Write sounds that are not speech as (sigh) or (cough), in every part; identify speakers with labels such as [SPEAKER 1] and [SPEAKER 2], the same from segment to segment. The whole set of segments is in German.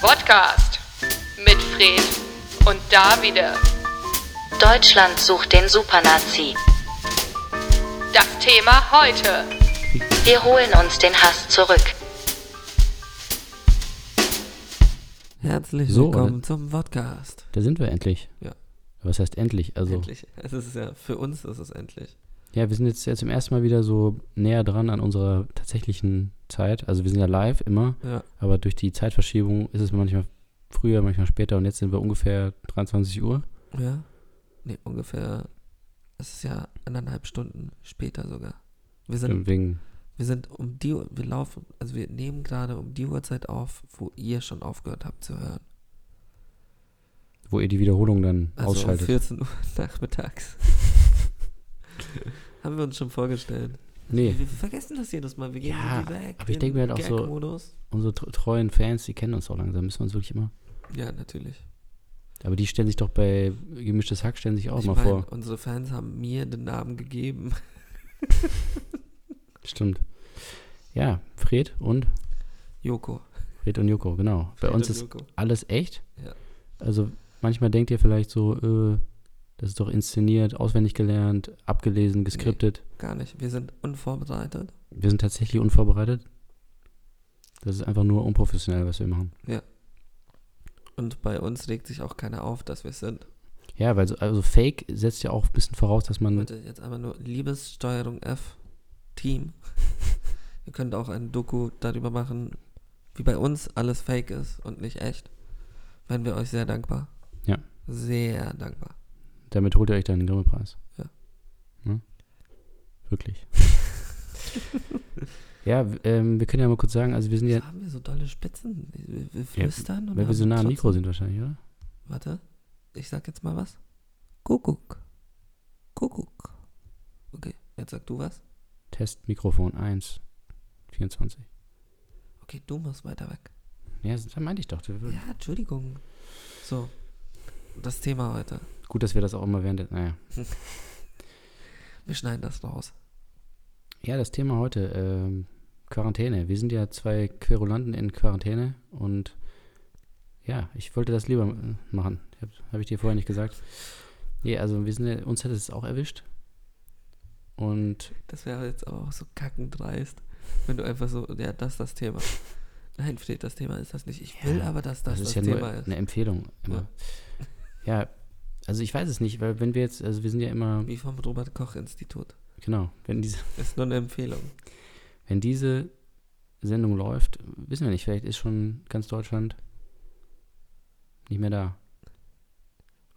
[SPEAKER 1] Podcast mit Fred und Davide.
[SPEAKER 2] Deutschland sucht den Supernazi.
[SPEAKER 1] Das Thema heute.
[SPEAKER 2] Wir holen uns den Hass zurück.
[SPEAKER 3] Herzlich
[SPEAKER 4] So,
[SPEAKER 3] willkommen
[SPEAKER 4] oder?
[SPEAKER 3] zum Podcast.
[SPEAKER 4] Da sind wir endlich.
[SPEAKER 3] Ja.
[SPEAKER 4] Was heißt endlich? Also,
[SPEAKER 3] Endlich. Es ist ja, für uns ist es endlich.
[SPEAKER 4] ja, wir sind jetzt, jetzt zum ersten Mal wieder so näher dran an unserer tatsächlichen Zeit. Also, wir sind ja live immer,
[SPEAKER 3] Ja.
[SPEAKER 4] aber durch die Zeitverschiebung ist es manchmal früher, manchmal später und jetzt sind wir ungefähr 23 Uhr.
[SPEAKER 3] Ja. Nee, ungefähr. Es ist ja anderthalb Stunden später sogar. Wir sind,
[SPEAKER 4] Deswegen,
[SPEAKER 3] wir sind um die Uhr, wir laufen, also wir nehmen gerade um die Uhrzeit auf, wo ihr schon aufgehört habt zu hören.
[SPEAKER 4] wo ihr die Wiederholung dann
[SPEAKER 3] Also um
[SPEAKER 4] ausschaltet.
[SPEAKER 3] 14 Uhr (laughs)
[SPEAKER 4] (laughs)
[SPEAKER 3] nachmittags. Haben wir uns schon vorgestellt.
[SPEAKER 4] nee,
[SPEAKER 3] Wir, wir vergessen das jedes Mal. Wir gehen
[SPEAKER 4] Ja,
[SPEAKER 3] irgendwie weg.
[SPEAKER 4] aber ich
[SPEAKER 3] in
[SPEAKER 4] denk mir halt auch so-
[SPEAKER 3] Gag-Modus.
[SPEAKER 4] unsere tr- treuen Fans, die kennen uns auch langsam, müssen wir uns wirklich immer.
[SPEAKER 3] Ja, natürlich.
[SPEAKER 4] Aber die stellen sich doch bei gemischtes Hack, stellen sich auch
[SPEAKER 3] ich
[SPEAKER 4] mal
[SPEAKER 3] mein,
[SPEAKER 4] vor.
[SPEAKER 3] unsere Fans haben mir den Namen gegeben. (laughs)
[SPEAKER 4] Stimmt. Ja, Fred und
[SPEAKER 3] Joko.
[SPEAKER 4] Fred und Joko, genau. Bei
[SPEAKER 3] Fred
[SPEAKER 4] uns
[SPEAKER 3] und
[SPEAKER 4] ist
[SPEAKER 3] Joko.
[SPEAKER 4] alles echt.
[SPEAKER 3] Ja.
[SPEAKER 4] Also manchmal denkt ihr vielleicht so, äh, das ist doch inszeniert, auswendig gelernt, abgelesen, geskriptet.
[SPEAKER 3] Gar nicht. Wir sind unvorbereitet.
[SPEAKER 4] Wir sind tatsächlich unvorbereitet. Das ist einfach nur unprofessionell, was wir machen.
[SPEAKER 3] Und bei uns regt sich auch keiner auf, dass wir es sind.
[SPEAKER 4] Ja, weil so, also Fake setzt ja auch ein bisschen voraus, dass man.
[SPEAKER 3] Bitte jetzt einfach nur Liebessteuerung F. Team. (laughs) Ihr könnt auch ein Doku darüber machen, wie bei uns alles fake ist und nicht echt. Wären wir euch sehr dankbar.
[SPEAKER 4] Ja.
[SPEAKER 3] Sehr dankbar.
[SPEAKER 4] Damit holt ihr euch dann den Grimme-Preis.
[SPEAKER 3] Ja.
[SPEAKER 4] Ne? Wirklich. (laughs) ja, w- ähm, wir können ja mal kurz sagen, also wir sind ja,
[SPEAKER 3] Wieso haben wir so dolle Spitzen? Wir, wir flüstern und
[SPEAKER 4] weil wir so
[SPEAKER 3] haben
[SPEAKER 4] nah am
[SPEAKER 3] trotzdem-
[SPEAKER 4] Mikro sind wahrscheinlich, oder?
[SPEAKER 3] Warte, ich sag jetzt mal was. Kuckuck. Kuckuck. Okay, jetzt sag du was.
[SPEAKER 4] Test Mikrofon 1, 24.
[SPEAKER 3] Okay, du musst weiter weg.
[SPEAKER 4] Ja, das meinte ich doch. Du,
[SPEAKER 3] Ja, Entschuldigung. So, das Thema heute.
[SPEAKER 4] Gut, dass wir das auch immer während. der- Naja.
[SPEAKER 3] Wir schneiden das raus.
[SPEAKER 4] Ja, das Thema heute: ähm, Quarantäne. Wir sind ja zwei Querulanten in Quarantäne und ja, ich wollte das lieber äh, machen. Habe hab ich dir vorher nicht gesagt. Nee, also wir sind ja, uns hätte es auch erwischt. Und
[SPEAKER 3] Das wäre jetzt aber auch so kackendreist, wenn du einfach so, ja, das ist das Thema. Nein, steht das Thema ist das nicht. Ich will
[SPEAKER 4] Ja,
[SPEAKER 3] aber, dass das
[SPEAKER 4] das,
[SPEAKER 3] das,
[SPEAKER 4] ist ja nur
[SPEAKER 3] Thema ist.
[SPEAKER 4] eine Empfehlung. Immer. (laughs) Ja. also ich weiß es nicht, weil wenn wir jetzt, also wir sind ja immer,
[SPEAKER 3] Wie vom Robert-Koch-Institut.
[SPEAKER 4] genau, wenn diese,
[SPEAKER 3] Ist nur eine Empfehlung.
[SPEAKER 4] wenn diese Sendung läuft, wissen wir nicht, vielleicht ist schon ganz Deutschland nicht mehr da.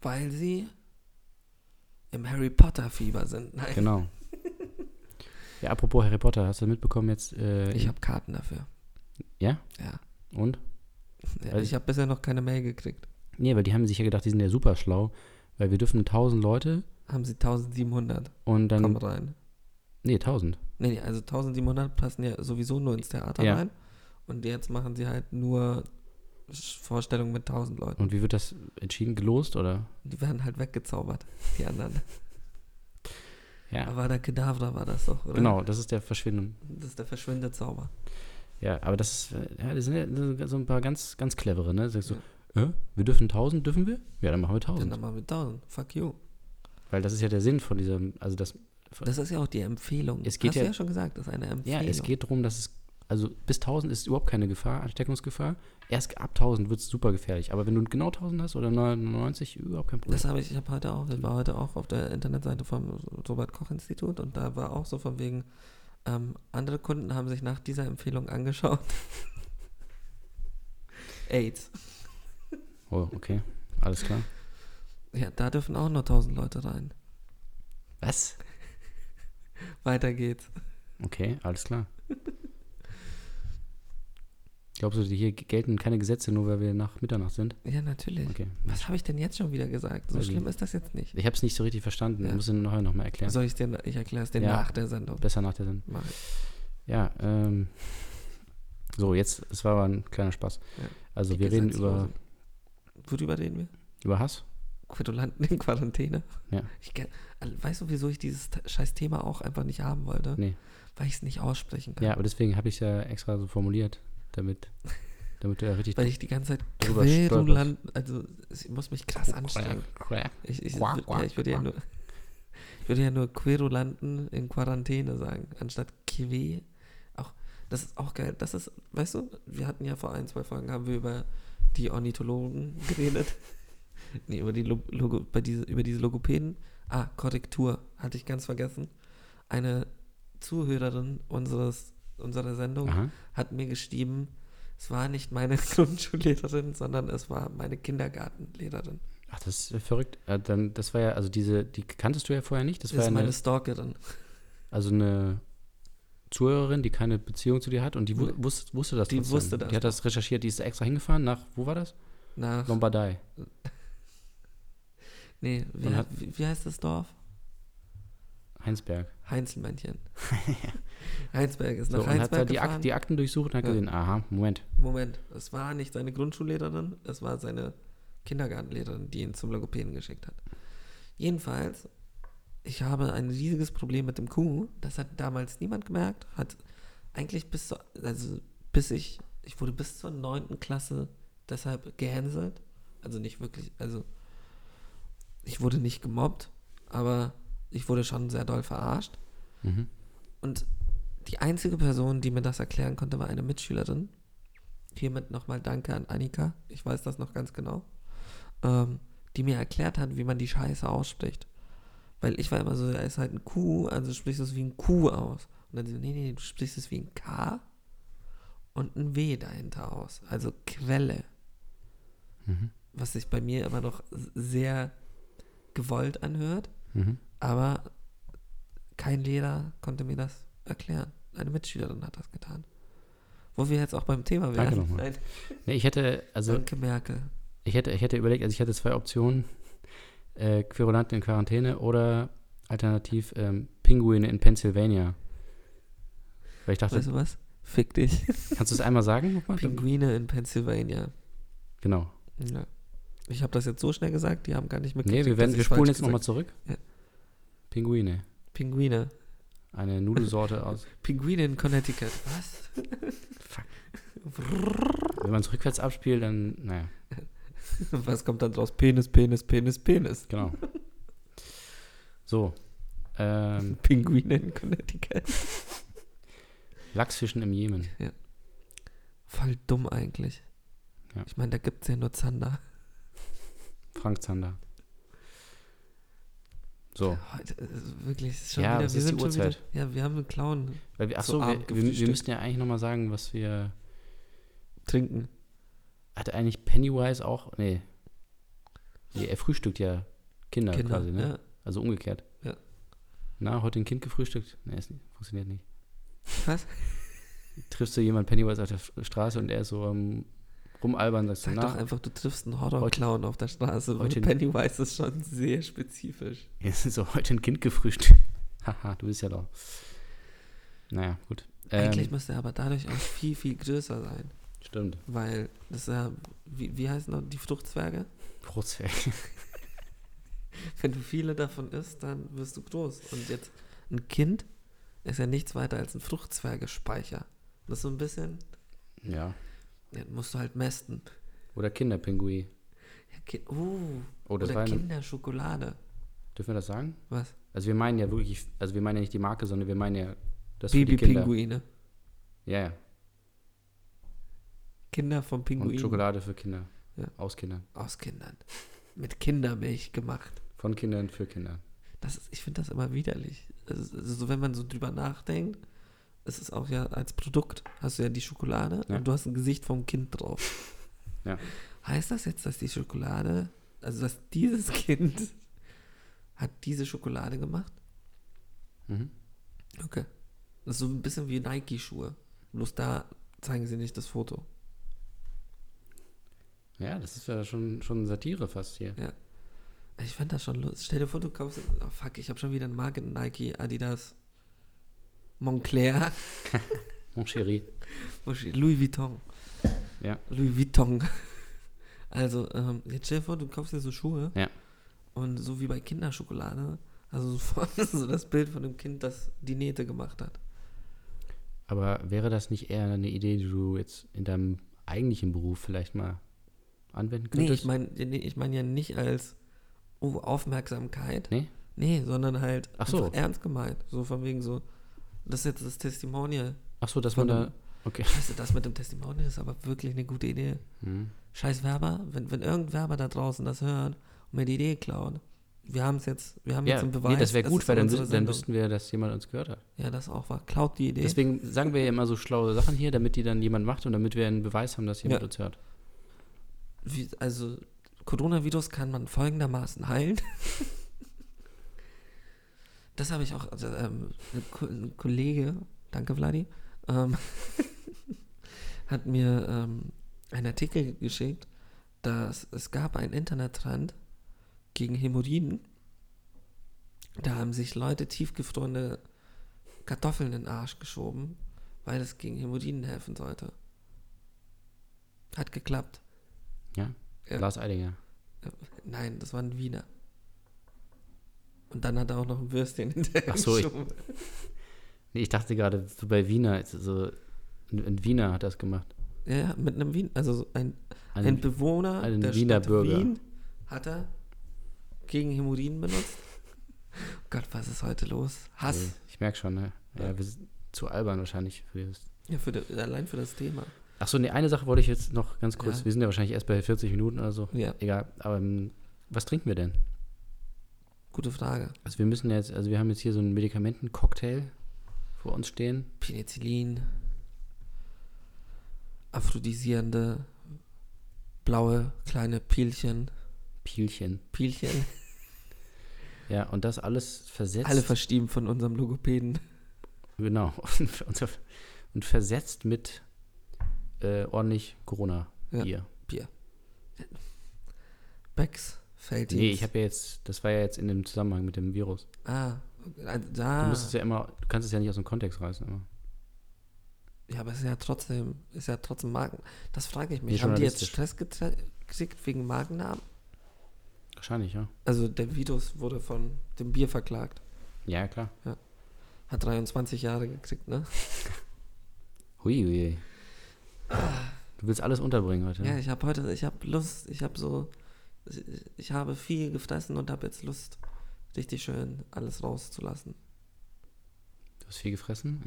[SPEAKER 3] Weil sie im Harry Potter-Fieber sind. Nein,
[SPEAKER 4] Genau. (laughs) Ja, apropos Harry Potter, hast du mitbekommen jetzt? Äh,
[SPEAKER 3] ich habe Karten dafür.
[SPEAKER 4] Ja?
[SPEAKER 3] Ja.
[SPEAKER 4] Und?
[SPEAKER 3] Ja,
[SPEAKER 4] Also-
[SPEAKER 3] ich habe bisher noch keine Mail gekriegt.
[SPEAKER 4] Nee, weil die haben sich ja gedacht, die sind ja super schlau, weil wir dürfen 1000 Leute
[SPEAKER 3] Haben sie 1700.
[SPEAKER 4] und dann.
[SPEAKER 3] Komm rein.
[SPEAKER 4] Nee, 1000.
[SPEAKER 3] Nee, nee, also 1700 passen ja sowieso nur ins Theater
[SPEAKER 4] Ja.
[SPEAKER 3] rein. Und jetzt machen sie halt nur Sch- Vorstellungen mit 1000 Leuten.
[SPEAKER 4] Und wie wird das entschieden? Gelost oder?
[SPEAKER 3] Die werden halt weggezaubert, die anderen.
[SPEAKER 4] Ja.
[SPEAKER 3] Aber der Kedavra war das doch, oder?
[SPEAKER 4] genau, das ist der Verschwinden.
[SPEAKER 3] Das ist der Verschwindezauber.
[SPEAKER 4] Ja, aber das ist. äh, Ja, das sind ja so- so ein paar ganz, ganz clevere, ne? Sagst du, äh, wir dürfen 1000, dürfen wir? Ja, dann machen wir
[SPEAKER 3] Dann
[SPEAKER 4] 1000.
[SPEAKER 3] nochmal mit 1000. Fuck you.
[SPEAKER 4] Weil das ist ja der Sinn von diesem. Also das.
[SPEAKER 3] Das ist ja auch die Empfehlung.
[SPEAKER 4] Es geht
[SPEAKER 3] Hast
[SPEAKER 4] ja-
[SPEAKER 3] du ja schon gesagt, das ist eine
[SPEAKER 4] Ja,
[SPEAKER 3] Empfehlung.
[SPEAKER 4] es geht darum, dass es, also bis 1000 ist überhaupt keine Gefahr, Ansteckungsgefahr. Erst ab 1000 wird es super gefährlich. Aber wenn du genau 1000 hast oder 99, überhaupt kein Problem.
[SPEAKER 3] Das habe ich, ich habe heute auch, ich war heute auch auf der Internetseite vom Robert-Koch-Institut und da war auch so von wegen, ähm, andere Kunden haben sich nach dieser Empfehlung angeschaut. (laughs) AIDS.
[SPEAKER 4] Oh, okay, alles klar.
[SPEAKER 3] Ja, da dürfen auch nur 1000 Leute rein.
[SPEAKER 4] Was?
[SPEAKER 3] Weiter geht's.
[SPEAKER 4] Okay, alles klar. Glaubst du, hier gelten keine Gesetze, nur weil wir nach Mitternacht sind?
[SPEAKER 3] Ja, natürlich.
[SPEAKER 4] Okay.
[SPEAKER 3] Was habe ich denn jetzt schon wieder gesagt? So
[SPEAKER 4] Weiß ich
[SPEAKER 3] schlimm ist das jetzt nicht.
[SPEAKER 4] Ich habe es nicht so richtig verstanden.
[SPEAKER 3] Ja.
[SPEAKER 4] Ich muss es nachher nochmal erklären.
[SPEAKER 3] Soll ich dir, ich erkläre es dir
[SPEAKER 4] Ja.
[SPEAKER 3] nach der Sendung.
[SPEAKER 4] Besser nach der Sendung.
[SPEAKER 3] Mach ich.
[SPEAKER 4] Ja, ähm. So, jetzt, es war aber ein kleiner Spaß.
[SPEAKER 3] Ja.
[SPEAKER 4] Also,
[SPEAKER 3] Die
[SPEAKER 4] wir reden über,
[SPEAKER 3] Gesetzlosen. Worüber reden wir?
[SPEAKER 4] über Hass.
[SPEAKER 3] Querulanten in Quarantäne.
[SPEAKER 4] Ja.
[SPEAKER 3] Ich, ge- also, weißt du, wieso ich dieses t- scheiß Thema auch einfach nicht haben wollte?
[SPEAKER 4] Nee.
[SPEAKER 3] Weil ich es nicht aussprechen kann. (laughs)
[SPEAKER 4] Ja, aber deswegen habe ich es ja extra so formuliert, damit, damit du ja richtig
[SPEAKER 3] Weil ich die ganze Zeit
[SPEAKER 4] Drüber
[SPEAKER 3] querulant, also ich muss mich
[SPEAKER 4] Oh,
[SPEAKER 3] krass anstrengen. Ich, ich,
[SPEAKER 4] Quack,
[SPEAKER 3] würd-
[SPEAKER 4] quack,
[SPEAKER 3] ja, ich würde ja
[SPEAKER 4] quack.
[SPEAKER 3] nur, (laughs) ich würde ja nur Querulanten in Quarantäne sagen, anstatt Kiwi. Auch, das ist auch geil. Das ist, weißt du, wir hatten ja vor ein, zwei Folgen haben wir über die Ornithologen (laughs) geredet. nee, über die Lo- Logo, bei diese, über diese Logopäden. Ah, Korrektur, hatte ich ganz vergessen. Eine Zuhörerin unseres, unserer Sendung
[SPEAKER 4] Aha.
[SPEAKER 3] hat mir geschrieben, es war nicht meine (laughs) Grundschullehrerin, sondern es war meine Kindergartenlehrerin.
[SPEAKER 4] Ach, das ist verrückt. Äh, Dann, das war ja, also diese, die kanntest du ja vorher nicht. Das
[SPEAKER 3] Das
[SPEAKER 4] war
[SPEAKER 3] ist
[SPEAKER 4] ja
[SPEAKER 3] meine
[SPEAKER 4] eine,
[SPEAKER 3] Stalkerin.
[SPEAKER 4] also eine Zuhörerin, die keine Beziehung zu dir hat und die wu
[SPEAKER 3] Nee.
[SPEAKER 4] wusste, wusste das.
[SPEAKER 3] Die
[SPEAKER 4] trotzdem.
[SPEAKER 3] wusste das.
[SPEAKER 4] Die hat das recherchiert. Die ist extra hingefahren nach, wo war das?
[SPEAKER 3] Nach,
[SPEAKER 4] Lombardei.
[SPEAKER 3] nee, wie,
[SPEAKER 4] Man hat-
[SPEAKER 3] wie, wie heißt das Dorf?
[SPEAKER 4] Heinsberg. (laughs)
[SPEAKER 3] Heinzelmännchen. Heinsberg ist
[SPEAKER 4] So,
[SPEAKER 3] nach
[SPEAKER 4] und hat
[SPEAKER 3] Heinsberg
[SPEAKER 4] da die,
[SPEAKER 3] gefahren.
[SPEAKER 4] Ak die Akten durchsucht und hat
[SPEAKER 3] Ja.
[SPEAKER 4] gesehen, aha, Moment,
[SPEAKER 3] Moment, es war nicht seine Grundschullehrerin, es war seine Kindergartenlehrerin, die ihn zum Logopäden geschickt hat. Jedenfalls, ich habe ein riesiges Problem mit dem Kuh. Das hat damals niemand gemerkt. Hat eigentlich bis zur, also bis ich, ich wurde bis zur 9. Klasse deshalb gehänselt. Also nicht wirklich, also ich wurde nicht gemobbt, aber ich wurde schon sehr doll verarscht. Und die einzige Person, die mir das erklären konnte, war eine Mitschülerin. Hiermit nochmal Danke an Annika, ich weiß das noch ganz genau, ähm, die mir erklärt hat, wie man die Scheiße ausspricht. Weil ich war immer so, er ist halt ein Q, also sprichst du es wie ein Q aus. Und dann so, nee, nee, du sprichst es wie ein K und ein W dahinter aus. Also Quelle.
[SPEAKER 4] Mhm.
[SPEAKER 3] Was sich bei mir immer noch sehr gewollt anhört. Aber kein Lehrer konnte mir das erklären. Eine Mitschülerin hat das getan. Wo wir jetzt auch beim Thema wären.
[SPEAKER 4] Danke nochmal.
[SPEAKER 3] Nein,
[SPEAKER 4] Nee, ich hätte, also
[SPEAKER 3] danke Merkel.
[SPEAKER 4] ich hätte, ich hätte überlegt, also ich hatte zwei Optionen, äh, Querulanten in Quarantäne oder alternativ ähm, Pinguine in Pennsylvania. Weil ich dachte,
[SPEAKER 3] Weißt du was? Fick dich.
[SPEAKER 4] kannst du es einmal sagen? nochmal?
[SPEAKER 3] Pinguine in Pennsylvania.
[SPEAKER 4] Genau.
[SPEAKER 3] Ja. Ich habe das jetzt so schnell gesagt, die haben gar nicht mitgekriegt.
[SPEAKER 4] Nee, wir, werden,
[SPEAKER 3] dass
[SPEAKER 4] wir
[SPEAKER 3] ich
[SPEAKER 4] spulen
[SPEAKER 3] falsch
[SPEAKER 4] jetzt nochmal
[SPEAKER 3] gesagt-
[SPEAKER 4] zurück.
[SPEAKER 3] Ja.
[SPEAKER 4] Pinguine.
[SPEAKER 3] Pinguine.
[SPEAKER 4] Eine Nudelsorte aus.
[SPEAKER 3] Pinguine in Connecticut. Was?
[SPEAKER 4] Wenn man es rückwärts abspielt, dann, naja,
[SPEAKER 3] (laughs) Was kommt dann draus? Penis, Penis, Penis, Penis. (laughs)
[SPEAKER 4] genau. So. Ähm,
[SPEAKER 3] Pinguine in Connecticut.
[SPEAKER 4] Lachsfischen im Jemen.
[SPEAKER 3] Voll dumm eigentlich.
[SPEAKER 4] Ja.
[SPEAKER 3] Ich meine, da gibt es ja nur Zander.
[SPEAKER 4] Frank Zander. So.
[SPEAKER 3] Heute ist wirklich ist schon
[SPEAKER 4] Ja,
[SPEAKER 3] wieder.
[SPEAKER 4] was
[SPEAKER 3] wir
[SPEAKER 4] ist die
[SPEAKER 3] sind schon
[SPEAKER 4] Uhrzeit?
[SPEAKER 3] Wieder, ja, wir haben einen Clown
[SPEAKER 4] Weil wir, ach
[SPEAKER 3] Zu
[SPEAKER 4] so, wir,
[SPEAKER 3] Abend
[SPEAKER 4] wir, wir
[SPEAKER 3] gefrühstückt.
[SPEAKER 4] müssen ja eigentlich nochmal sagen, was wir.
[SPEAKER 3] trinken.
[SPEAKER 4] Hat eigentlich Pennywise auch. Nee. nee er frühstückt ja Kinder,
[SPEAKER 3] Kinder,
[SPEAKER 4] quasi, ne?
[SPEAKER 3] ja.
[SPEAKER 4] Also umgekehrt.
[SPEAKER 3] Ja.
[SPEAKER 4] Na, heute ein Kind gefrühstückt? Nee, ist nicht, funktioniert nicht.
[SPEAKER 3] Was?
[SPEAKER 4] Triffst du jemanden Pennywise auf der F- Straße und er ist so am Rumalbern, sagst du,
[SPEAKER 3] Sag
[SPEAKER 4] na,
[SPEAKER 3] doch einfach, du triffst einen Horror-Clown auf der Straße.
[SPEAKER 4] heute-
[SPEAKER 3] Heute Pennywise ist schon sehr spezifisch.
[SPEAKER 4] es ist so heute ein Kind gefrühstückt. (laughs) Haha, du bist ja da. Naja, gut. Ähm,
[SPEAKER 3] Eigentlich müsste er aber dadurch auch viel, viel größer sein.
[SPEAKER 4] stimmt.
[SPEAKER 3] Weil das ist ja, wie, wie heißen noch die Fruchtzwerge?
[SPEAKER 4] Großfeld. (laughs)
[SPEAKER 3] Wenn du viele davon isst, dann wirst du groß. Und jetzt ein Kind ist ja nichts weiter als ein Fruchtzwergespeicher. Das ist so ein bisschen,
[SPEAKER 4] Ja.
[SPEAKER 3] ja, musst du halt mästen.
[SPEAKER 4] Oder Kinderpingui.
[SPEAKER 3] Ja, Ki- uh,
[SPEAKER 4] Oh, das war
[SPEAKER 3] oder
[SPEAKER 4] eine-
[SPEAKER 3] Kinderschokolade.
[SPEAKER 4] Dürfen wir das sagen?
[SPEAKER 3] Was?
[SPEAKER 4] Also wir meinen ja wirklich, also wir meinen ja nicht die Marke, sondern wir meinen ja das für die Kinder.
[SPEAKER 3] Babypinguine.
[SPEAKER 4] Ja, ja.
[SPEAKER 3] Kinder von
[SPEAKER 4] Und
[SPEAKER 3] Pinguinen.
[SPEAKER 4] Schokolade für Kinder.
[SPEAKER 3] Ja.
[SPEAKER 4] Aus Kindern.
[SPEAKER 3] Aus Kindern. Mit Kindermilch gemacht.
[SPEAKER 4] Von Kindern für Kinder.
[SPEAKER 3] Das ist, ich finde das immer widerlich. Es ist- es ist so, wenn man so drüber nachdenkt, es ist auch ja als Produkt, hast du ja die Schokolade
[SPEAKER 4] Ja.
[SPEAKER 3] und du hast ein Gesicht vom Kind drauf.
[SPEAKER 4] Ja.
[SPEAKER 3] Heißt das jetzt, dass die Schokolade, also dass dieses Kind (laughs) hat diese Schokolade gemacht?
[SPEAKER 4] Mhm.
[SPEAKER 3] Okay. Das ist so ein bisschen wie Nike-Schuhe. Bloß da zeigen sie nicht das Foto.
[SPEAKER 4] Ja, das ist ja schon, schon Satire fast hier.
[SPEAKER 3] Ja. Ich fand das schon lustig. Stell dir vor, du kaufst. Oh fuck, ich habe schon wieder eine Marke: Nike, Adidas, Moncler,
[SPEAKER 4] Mon chéri.
[SPEAKER 3] Louis Vuitton.
[SPEAKER 4] Ja.
[SPEAKER 3] Louis Vuitton. (laughs) Also, ähm, jetzt stell dir vor, du kaufst dir so Schuhe
[SPEAKER 4] Ja.
[SPEAKER 3] und so wie bei Kinderschokolade, also sofort (laughs) so das Bild von dem Kind, das die Nähte gemacht hat.
[SPEAKER 4] Aber wäre das nicht eher eine Idee, die du jetzt in deinem eigentlichen Beruf vielleicht mal anwenden
[SPEAKER 3] Nee,
[SPEAKER 4] könntest?
[SPEAKER 3] ich meine nee, ich mein ja nicht als oh, Aufmerksamkeit.
[SPEAKER 4] Nee?
[SPEAKER 3] Nee, sondern halt
[SPEAKER 4] Ach so.
[SPEAKER 3] einfach ernst gemeint. So von wegen so, das ist jetzt das Testimonial.
[SPEAKER 4] Ach so, dass
[SPEAKER 3] Von
[SPEAKER 4] man da.
[SPEAKER 3] einem-
[SPEAKER 4] Okay.
[SPEAKER 3] Scheiße, das (laughs) mit dem Testimonial ist aber wirklich eine gute Idee.
[SPEAKER 4] Hm.
[SPEAKER 3] Scheiß Werber, wenn, wenn irgendein Werber da draußen das hört und mir die Idee klaut, wir haben es jetzt, wir haben
[SPEAKER 4] Ja,
[SPEAKER 3] jetzt einen Beweis.
[SPEAKER 4] nee, das wäre
[SPEAKER 3] es
[SPEAKER 4] gut,
[SPEAKER 3] ist
[SPEAKER 4] weil dann,
[SPEAKER 3] unsere
[SPEAKER 4] wüs- dann
[SPEAKER 3] Sendung.
[SPEAKER 4] wüssten wir, dass jemand uns gehört hat.
[SPEAKER 3] Ja, das auch war. Klaut die Idee.
[SPEAKER 4] Deswegen sagen wir ja immer so schlaue Sachen hier, damit die dann jemand macht und damit wir einen Beweis haben, dass jemand
[SPEAKER 3] Ja.
[SPEAKER 4] uns hört.
[SPEAKER 3] Wie, also, Coronavirus kann man folgendermaßen heilen. das habe ich auch, also, ähm, ein Ko- ein Kollege, danke Vladi, ähm, (laughs) hat mir ähm, einen Artikel geschickt, dass es gab einen Internettrend gegen Hämorrhoiden. Da haben sich Leute tiefgefrorene Kartoffeln in den Arsch geschoben, weil es gegen Hämorrhoiden helfen sollte. Hat geklappt.
[SPEAKER 4] Ja?
[SPEAKER 3] Ja.
[SPEAKER 4] Lars Eidinger.
[SPEAKER 3] Nein, das war ein Wiener. Und dann hat er auch noch ein Würstchen hinterher
[SPEAKER 4] Ach so, ich-
[SPEAKER 3] geschoben.
[SPEAKER 4] Nee, ich dachte gerade, so bei Wiener, ist es so, ein, ein Wiener hat das gemacht.
[SPEAKER 3] Ja, ja, mit einem Wien, also so ein,
[SPEAKER 4] Ein-
[SPEAKER 3] ein, Bewohner
[SPEAKER 4] einen
[SPEAKER 3] der
[SPEAKER 4] Wiener
[SPEAKER 3] Stadt
[SPEAKER 4] Bürger.
[SPEAKER 3] Wien hat er gegen Hämorrhoiden benutzt. (laughs) oh Gott, was ist heute los? Hass.
[SPEAKER 4] Nee, Ich merke schon, ne? Ja,
[SPEAKER 3] Ja.
[SPEAKER 4] wir sind zu albern wahrscheinlich. Für das.
[SPEAKER 3] Ja, für, de- allein für das Thema.
[SPEAKER 4] Ach so, nee, eine Sache wollte ich jetzt noch ganz kurz.
[SPEAKER 3] Ja.
[SPEAKER 4] Wir sind ja wahrscheinlich erst bei 40 Minuten oder so.
[SPEAKER 3] Ja.
[SPEAKER 4] Egal, aber ähm, was trinken wir denn?
[SPEAKER 3] Gute Frage.
[SPEAKER 4] Also wir müssen jetzt, also wir haben jetzt hier so einen Medikamenten-Cocktail vor uns stehen.
[SPEAKER 3] Penicillin, aphrodisierende, blaue kleine Pielchen,
[SPEAKER 4] Pielchen.
[SPEAKER 3] Pielchen,
[SPEAKER 4] Ja, und das alles versetzt.
[SPEAKER 3] alle verschrieben von unserem Logopäden.
[SPEAKER 4] Genau. (laughs) Und, ver- und, ver- und versetzt mit äh, ordentlich Corona-Bier.
[SPEAKER 3] Bier. Becks Felddienst.
[SPEAKER 4] Nee, ich habe ja jetzt, das war ja jetzt in dem Zusammenhang mit dem Virus.
[SPEAKER 3] Ah, also
[SPEAKER 4] Du
[SPEAKER 3] da.
[SPEAKER 4] musst es ja immer, du kannst es ja nicht aus dem Kontext reißen. Immer.
[SPEAKER 3] ja, aber es ist ja trotzdem, ist ja trotzdem Magen. Das frage ich
[SPEAKER 4] Nee,
[SPEAKER 3] mich. Haben die jetzt
[SPEAKER 4] journalistisch.
[SPEAKER 3] Stress getre- gekriegt wegen Magennarben?
[SPEAKER 4] Wahrscheinlich, ja.
[SPEAKER 3] Also der Virus wurde von dem Bier verklagt.
[SPEAKER 4] Ja, klar.
[SPEAKER 3] Hat 23 Jahre gekriegt, ne?
[SPEAKER 4] Hui, hui. Du willst alles unterbringen heute.
[SPEAKER 3] Ah. Ja,
[SPEAKER 4] ne?
[SPEAKER 3] ich habe heute, ich habe Lust, ich habe so, ich habe viel gefressen und habe jetzt Lust, richtig schön alles rauszulassen.
[SPEAKER 4] Du hast viel gefressen.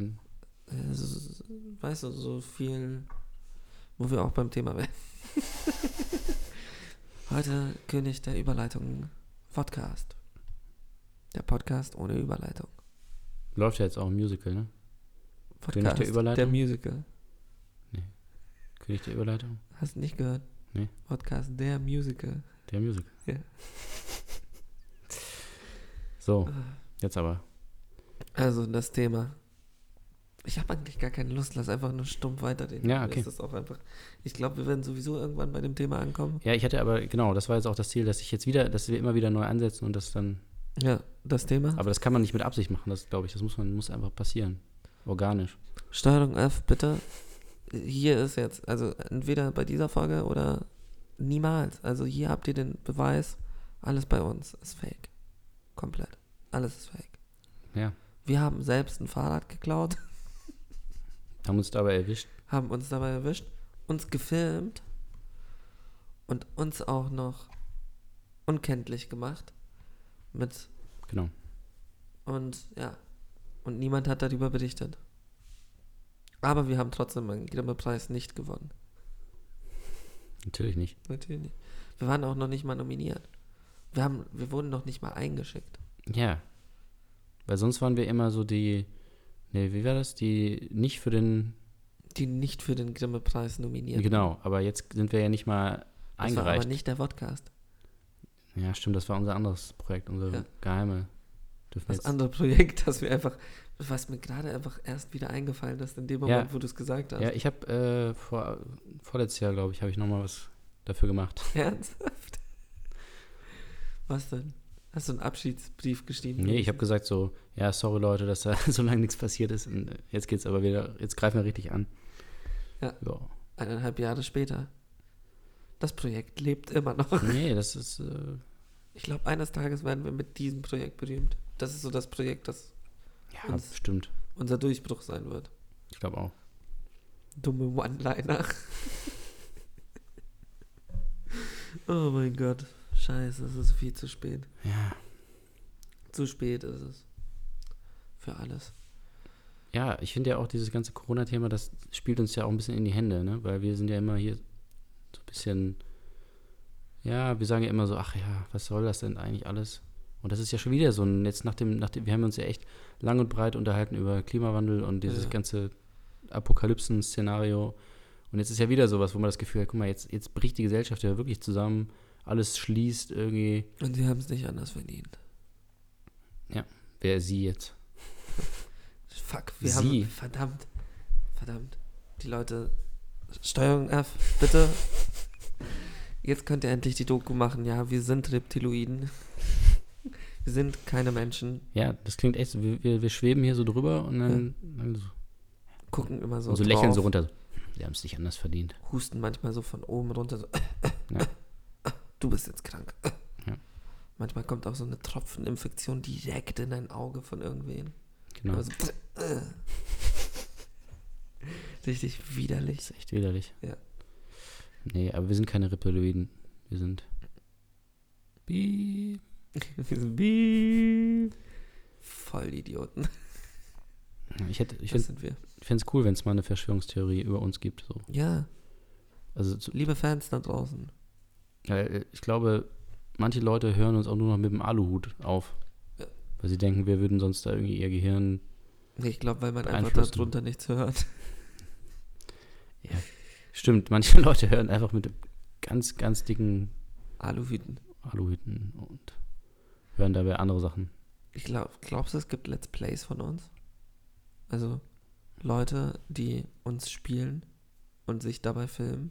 [SPEAKER 4] In,
[SPEAKER 3] Äh, so- Weißt du, so viel, wo wir auch beim Thema
[SPEAKER 4] (laughs)
[SPEAKER 3] wären. Heute König der Überleitung Podcast. Der Podcast ohne Überleitung.
[SPEAKER 4] läuft ja jetzt auch ein Musical, ne?
[SPEAKER 3] Podcast,
[SPEAKER 4] König der Überleitung?
[SPEAKER 3] Der Musical.
[SPEAKER 4] König der Überleitung.
[SPEAKER 3] Hast du nicht gehört?
[SPEAKER 4] Nee.
[SPEAKER 3] Podcast der Musical.
[SPEAKER 4] Der Musical.
[SPEAKER 3] Ja.
[SPEAKER 4] So,
[SPEAKER 3] Ah.
[SPEAKER 4] jetzt aber.
[SPEAKER 3] Also das Thema. Ich habe eigentlich gar keine Lust, lass einfach nur stumpf weiterreden.
[SPEAKER 4] Ja,
[SPEAKER 3] Mir
[SPEAKER 4] okay.
[SPEAKER 3] Ist das auch einfach. Ich glaube, wir werden sowieso irgendwann bei dem Thema ankommen.
[SPEAKER 4] Ja, ich hatte aber, genau, das war jetzt auch das Ziel, dass ich jetzt wieder, dass wir immer wieder neu ansetzen und das dann
[SPEAKER 3] Ja, das Thema.
[SPEAKER 4] Aber das kann man nicht mit Absicht machen, das glaube ich. Das muss man muss einfach passieren. Organisch.
[SPEAKER 3] Steuerung F, bitte. Hier ist jetzt, also entweder bei dieser Folge oder niemals. Also hier habt ihr den Beweis, alles bei uns ist fake. Komplett. Alles ist fake.
[SPEAKER 4] Ja.
[SPEAKER 3] Wir haben selbst ein Fahrrad geklaut, (laughs)
[SPEAKER 4] Haben uns dabei erwischt.
[SPEAKER 3] haben uns dabei erwischt, uns gefilmt und uns auch noch unkenntlich gemacht. Mit
[SPEAKER 4] Genau.
[SPEAKER 3] und ja. Und niemand hat darüber berichtet. Aber wir haben trotzdem einen Grimme-Preis nicht gewonnen.
[SPEAKER 4] Natürlich nicht.
[SPEAKER 3] Natürlich. nicht. Wir waren auch noch nicht mal nominiert. Wir, haben, wir wurden noch nicht mal eingeschickt.
[SPEAKER 4] Ja. Weil sonst waren wir immer so die. Nee, wie war das? Die nicht für den.
[SPEAKER 3] Die nicht für den Grimme-Preis nominiert.
[SPEAKER 4] Genau, aber jetzt sind wir ja nicht mal
[SPEAKER 3] Das war aber
[SPEAKER 4] eingereicht.
[SPEAKER 3] nicht der Podcast.
[SPEAKER 4] ja, stimmt, das war unser anderes Projekt, unser
[SPEAKER 3] Ja.
[SPEAKER 4] geheime. Dürfen wir
[SPEAKER 3] Das
[SPEAKER 4] jetzt,
[SPEAKER 3] andere Projekt, das wir einfach, was mir gerade einfach erst wieder eingefallen ist, in dem
[SPEAKER 4] Ja.
[SPEAKER 3] Moment, wo du es gesagt hast.
[SPEAKER 4] ja, ich habe äh, vor, vorletztes Jahr, glaube ich, habe ich nochmal was dafür gemacht.
[SPEAKER 3] Ernsthaft? Was denn? Hast du einen Abschiedsbrief geschrieben?
[SPEAKER 4] Nee, ich habe gesagt so, ja, sorry Leute, dass da (laughs) so lange nichts passiert ist. Und äh, jetzt geht's aber wieder, jetzt greifen wir richtig an.
[SPEAKER 3] Ja.
[SPEAKER 4] ja.
[SPEAKER 3] Eineinhalb Jahre später. Das Projekt lebt immer noch.
[SPEAKER 4] (laughs) Nee, das ist. Äh,
[SPEAKER 3] Ich glaube, eines Tages werden wir mit diesem Projekt berühmt. Das ist so das Projekt, das
[SPEAKER 4] ja,
[SPEAKER 3] Uns-
[SPEAKER 4] stimmt.
[SPEAKER 3] unser Durchbruch sein wird.
[SPEAKER 4] Ich glaube auch.
[SPEAKER 3] dumme One-Liner. (laughs) Oh mein Gott. Scheiße, es ist viel zu spät.
[SPEAKER 4] Ja.
[SPEAKER 3] Zu spät ist es. Für alles.
[SPEAKER 4] Ja, ich finde ja auch dieses ganze Corona-Thema, das spielt uns ja auch ein bisschen in die Hände, ne? Weil wir sind ja immer hier so ein bisschen, ja, wir sagen ja immer so, ach ja, was soll das denn eigentlich alles? Und das ist ja schon wieder so ein, jetzt nach dem, nach dem wir haben uns ja echt lang und breit unterhalten über Klimawandel und dieses
[SPEAKER 3] Ja.
[SPEAKER 4] ganze Apokalypsen-Szenario. Und jetzt ist ja wieder sowas, wo man das Gefühl hat, guck mal, jetzt, jetzt bricht die Gesellschaft ja wirklich zusammen, alles schließt irgendwie.
[SPEAKER 3] Und sie haben es nicht anders verdient.
[SPEAKER 4] Wer ist sie jetzt?
[SPEAKER 3] Fuck, wir
[SPEAKER 4] Sie.
[SPEAKER 3] haben. Verdammt. Verdammt. Die Leute. Steuerung F, bitte. Jetzt könnt ihr endlich die Doku machen. Ja, wir sind Reptiloiden. (laughs) Wir sind keine Menschen.
[SPEAKER 4] Ja, das klingt echt so, wir, wir, wir schweben hier so drüber und dann, dann so
[SPEAKER 3] Gucken immer so.
[SPEAKER 4] Und so
[SPEAKER 3] drauf,
[SPEAKER 4] lächeln so runter. so, Wir haben es nicht anders verdient.
[SPEAKER 3] Husten manchmal so von oben runter. So.
[SPEAKER 4] Ja.
[SPEAKER 3] Du bist jetzt krank.
[SPEAKER 4] Ja.
[SPEAKER 3] Manchmal kommt auch so eine Tropfeninfektion direkt in dein Auge von irgendwen.
[SPEAKER 4] Genau.
[SPEAKER 3] Also, äh. Richtig widerlich.
[SPEAKER 4] das ist echt widerlich.
[SPEAKER 3] Ja.
[SPEAKER 4] Nee, aber wir sind keine Reptiloiden. Wir sind. Bi.
[SPEAKER 3] Wir sind wie voll Idioten.
[SPEAKER 4] Ich hätte, ich
[SPEAKER 3] Das
[SPEAKER 4] fände
[SPEAKER 3] sind wir.
[SPEAKER 4] es cool, wenn es mal eine Verschwörungstheorie über uns gibt. So.
[SPEAKER 3] Ja,
[SPEAKER 4] Also zu,
[SPEAKER 3] liebe Fans da draußen.
[SPEAKER 4] weil, äh, ich glaube, manche Leute hören uns auch nur noch mit dem Aluhut auf.
[SPEAKER 3] Ja.
[SPEAKER 4] Weil sie denken, wir würden sonst da irgendwie ihr Gehirn.
[SPEAKER 3] Ich glaube, weil man einfach
[SPEAKER 4] Beeinflussen.
[SPEAKER 3] darunter nichts hört.
[SPEAKER 4] Stimmt, (laughs) manche Leute hören einfach mit ganz, ganz dicken
[SPEAKER 3] Aluhüten.
[SPEAKER 4] Aluhüten und hören dabei andere Sachen.
[SPEAKER 3] Ich glaube, glaubst du, es gibt Let's Plays von uns? Also Leute, die uns spielen und sich dabei filmen.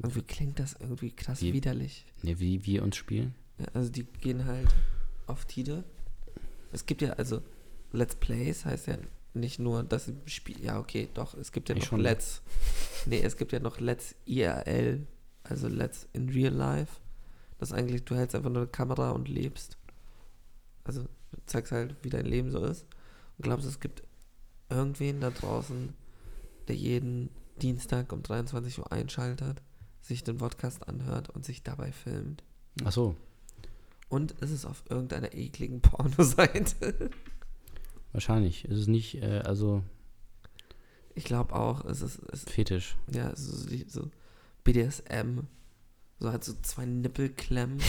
[SPEAKER 3] Irgendwie klingt das irgendwie krass
[SPEAKER 4] Wie-
[SPEAKER 3] widerlich.
[SPEAKER 4] Nee, wie wir uns spielen.
[SPEAKER 3] Ja, also die gehen halt auf Tide. Es gibt ja, also Let's Plays heißt ja nicht nur das Spiel. Ja, okay, doch, es gibt ja
[SPEAKER 4] Eigentlich
[SPEAKER 3] noch
[SPEAKER 4] schon.
[SPEAKER 3] Let's. Nee, es gibt ja noch Let's IRL, also Let's in Real Life. Das ist eigentlich, du hältst einfach nur eine Kamera und lebst. Also du zeigst halt, wie dein Leben so ist. Und glaubst, es gibt irgendwen da draußen, der jeden Dienstag um 23 Uhr einschaltet, sich den Podcast anhört und sich dabei filmt.
[SPEAKER 4] Ach so,
[SPEAKER 3] Und ist es auf irgendeiner ekligen (laughs) Pornoseite?
[SPEAKER 4] Wahrscheinlich. Es ist nicht, äh, also
[SPEAKER 3] Ich glaube auch, es ist, es,
[SPEAKER 4] fetisch.
[SPEAKER 3] ja, es ist die- so BDSM. So hat so zwei Nippelklemmen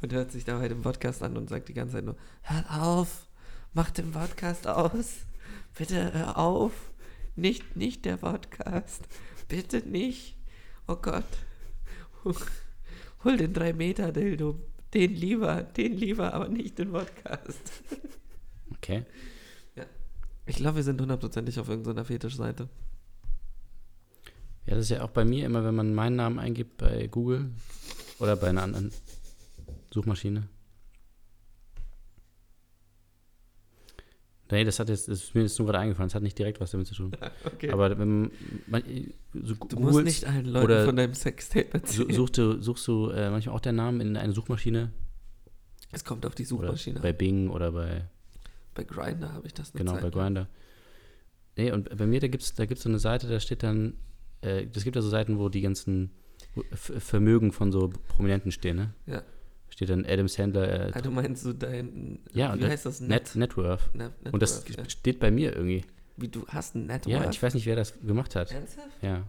[SPEAKER 3] und hört sich dabei den Podcast an und sagt die ganze Zeit nur, hört auf, macht den Podcast aus, bitte hör auf, nicht, nicht der Podcast, bitte nicht, oh Gott, hol den 3-Meter-Dildo, den lieber, den lieber, aber nicht den Podcast.
[SPEAKER 4] Okay.
[SPEAKER 3] Ich glaube, wir sind hundertprozentig auf irgendeiner Fetischseite.
[SPEAKER 4] Ja, das ist ja auch bei mir immer, wenn man meinen Namen eingibt bei Google oder bei einer anderen Suchmaschine. Nee, das hat jetzt, das ist mir jetzt nur gerade eingefallen, das hat nicht direkt was damit zu tun.
[SPEAKER 3] (laughs) Okay.
[SPEAKER 4] Aber wenn man, so
[SPEAKER 3] du
[SPEAKER 4] Googles-
[SPEAKER 3] musst nicht allen Leuten
[SPEAKER 4] oder
[SPEAKER 3] von deinem Sextape
[SPEAKER 4] su-
[SPEAKER 3] erzählen.
[SPEAKER 4] suchst du, suchst du äh, manchmal auch deinen Namen in eine Suchmaschine,
[SPEAKER 3] es kommt auf die
[SPEAKER 4] oder
[SPEAKER 3] Suchmaschine. an.
[SPEAKER 4] bei Bing oder bei
[SPEAKER 3] bei Grindr habe ich das eine
[SPEAKER 4] Genau,
[SPEAKER 3] Zeit
[SPEAKER 4] bei
[SPEAKER 3] lang.
[SPEAKER 4] Grinder. Nee, und bei mir, da gibt es da gibt's so eine Seite, da steht dann, äh, es gibt da so Seiten, wo die ganzen wo F- Vermögen von so Prominenten stehen, ne?
[SPEAKER 3] Ja.
[SPEAKER 4] Steht dann Adam Sandler,
[SPEAKER 3] Ah,
[SPEAKER 4] äh,
[SPEAKER 3] du meinst so dein,
[SPEAKER 4] Ja, und
[SPEAKER 3] wie
[SPEAKER 4] das
[SPEAKER 3] heißt das?
[SPEAKER 4] Net, Net Worth.
[SPEAKER 3] Net, Net
[SPEAKER 4] Und das
[SPEAKER 3] Worth, ja.
[SPEAKER 4] steht bei mir irgendwie.
[SPEAKER 3] Wie, du hast ein Net
[SPEAKER 4] Ja,
[SPEAKER 3] Worth?
[SPEAKER 4] ich weiß nicht, wer das gemacht hat.
[SPEAKER 3] Ernsthaft?
[SPEAKER 4] Ja.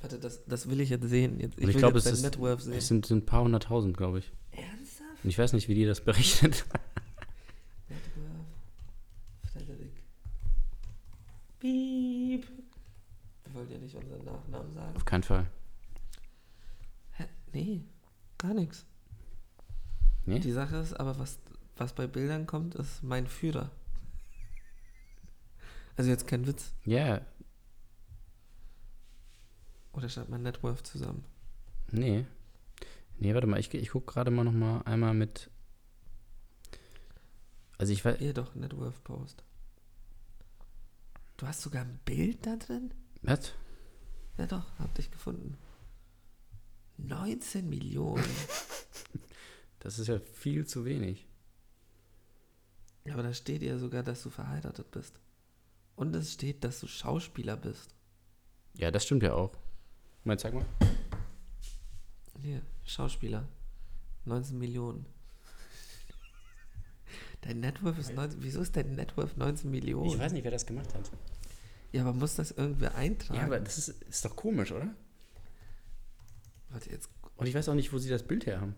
[SPEAKER 3] Warte, das, das will ich jetzt sehen. Jetzt, ich
[SPEAKER 4] Und ich
[SPEAKER 3] will
[SPEAKER 4] glaube,
[SPEAKER 3] jetzt
[SPEAKER 4] es
[SPEAKER 3] dein
[SPEAKER 4] ist-
[SPEAKER 3] Net Worth
[SPEAKER 4] Es
[SPEAKER 3] sehen.
[SPEAKER 4] sind, sind ein paar hunderttausend, glaube ich.
[SPEAKER 3] Ernsthaft?
[SPEAKER 4] Und ich weiß nicht, wie die das berechnet.
[SPEAKER 3] Net Worth. Frederik. Piep. Wir wollen ja nicht unseren Nachnamen sagen.
[SPEAKER 4] (laughs) Auf keinen Fall.
[SPEAKER 3] Hä? Nee, gar nichts.
[SPEAKER 4] Nee?
[SPEAKER 3] Die Sache ist aber, was, was bei Bildern kommt, ist mein Führer. Also jetzt kein Witz.
[SPEAKER 4] Ja,
[SPEAKER 3] Oder schreibt man Net Worth zusammen?
[SPEAKER 4] nee. Nee, warte mal, ich, ich gucke gerade mal nochmal einmal mit. Also ich weiß,
[SPEAKER 3] Ihr doch, Net Worth Post. Du hast sogar ein Bild da drin?
[SPEAKER 4] was?
[SPEAKER 3] Ja doch, hab dich gefunden. 19 Millionen.
[SPEAKER 4] Das ist ja viel zu wenig.
[SPEAKER 3] aber da steht ja sogar, dass du verheiratet bist. Und es steht, dass du Schauspieler bist.
[SPEAKER 4] Ja, das stimmt ja auch. Mal, zeig mal.
[SPEAKER 3] Hier, Schauspieler. 19 Millionen. Dein Networth ist 19. Wieso ist dein Networth 19 Millionen?
[SPEAKER 4] Ich weiß nicht, wer das gemacht hat.
[SPEAKER 3] Ja, aber muss das irgendwer eintragen?
[SPEAKER 4] Ja, aber das ist, ist doch komisch, oder?
[SPEAKER 3] Warte, jetzt.
[SPEAKER 4] Und ich weiß auch nicht, wo sie das Bild her haben.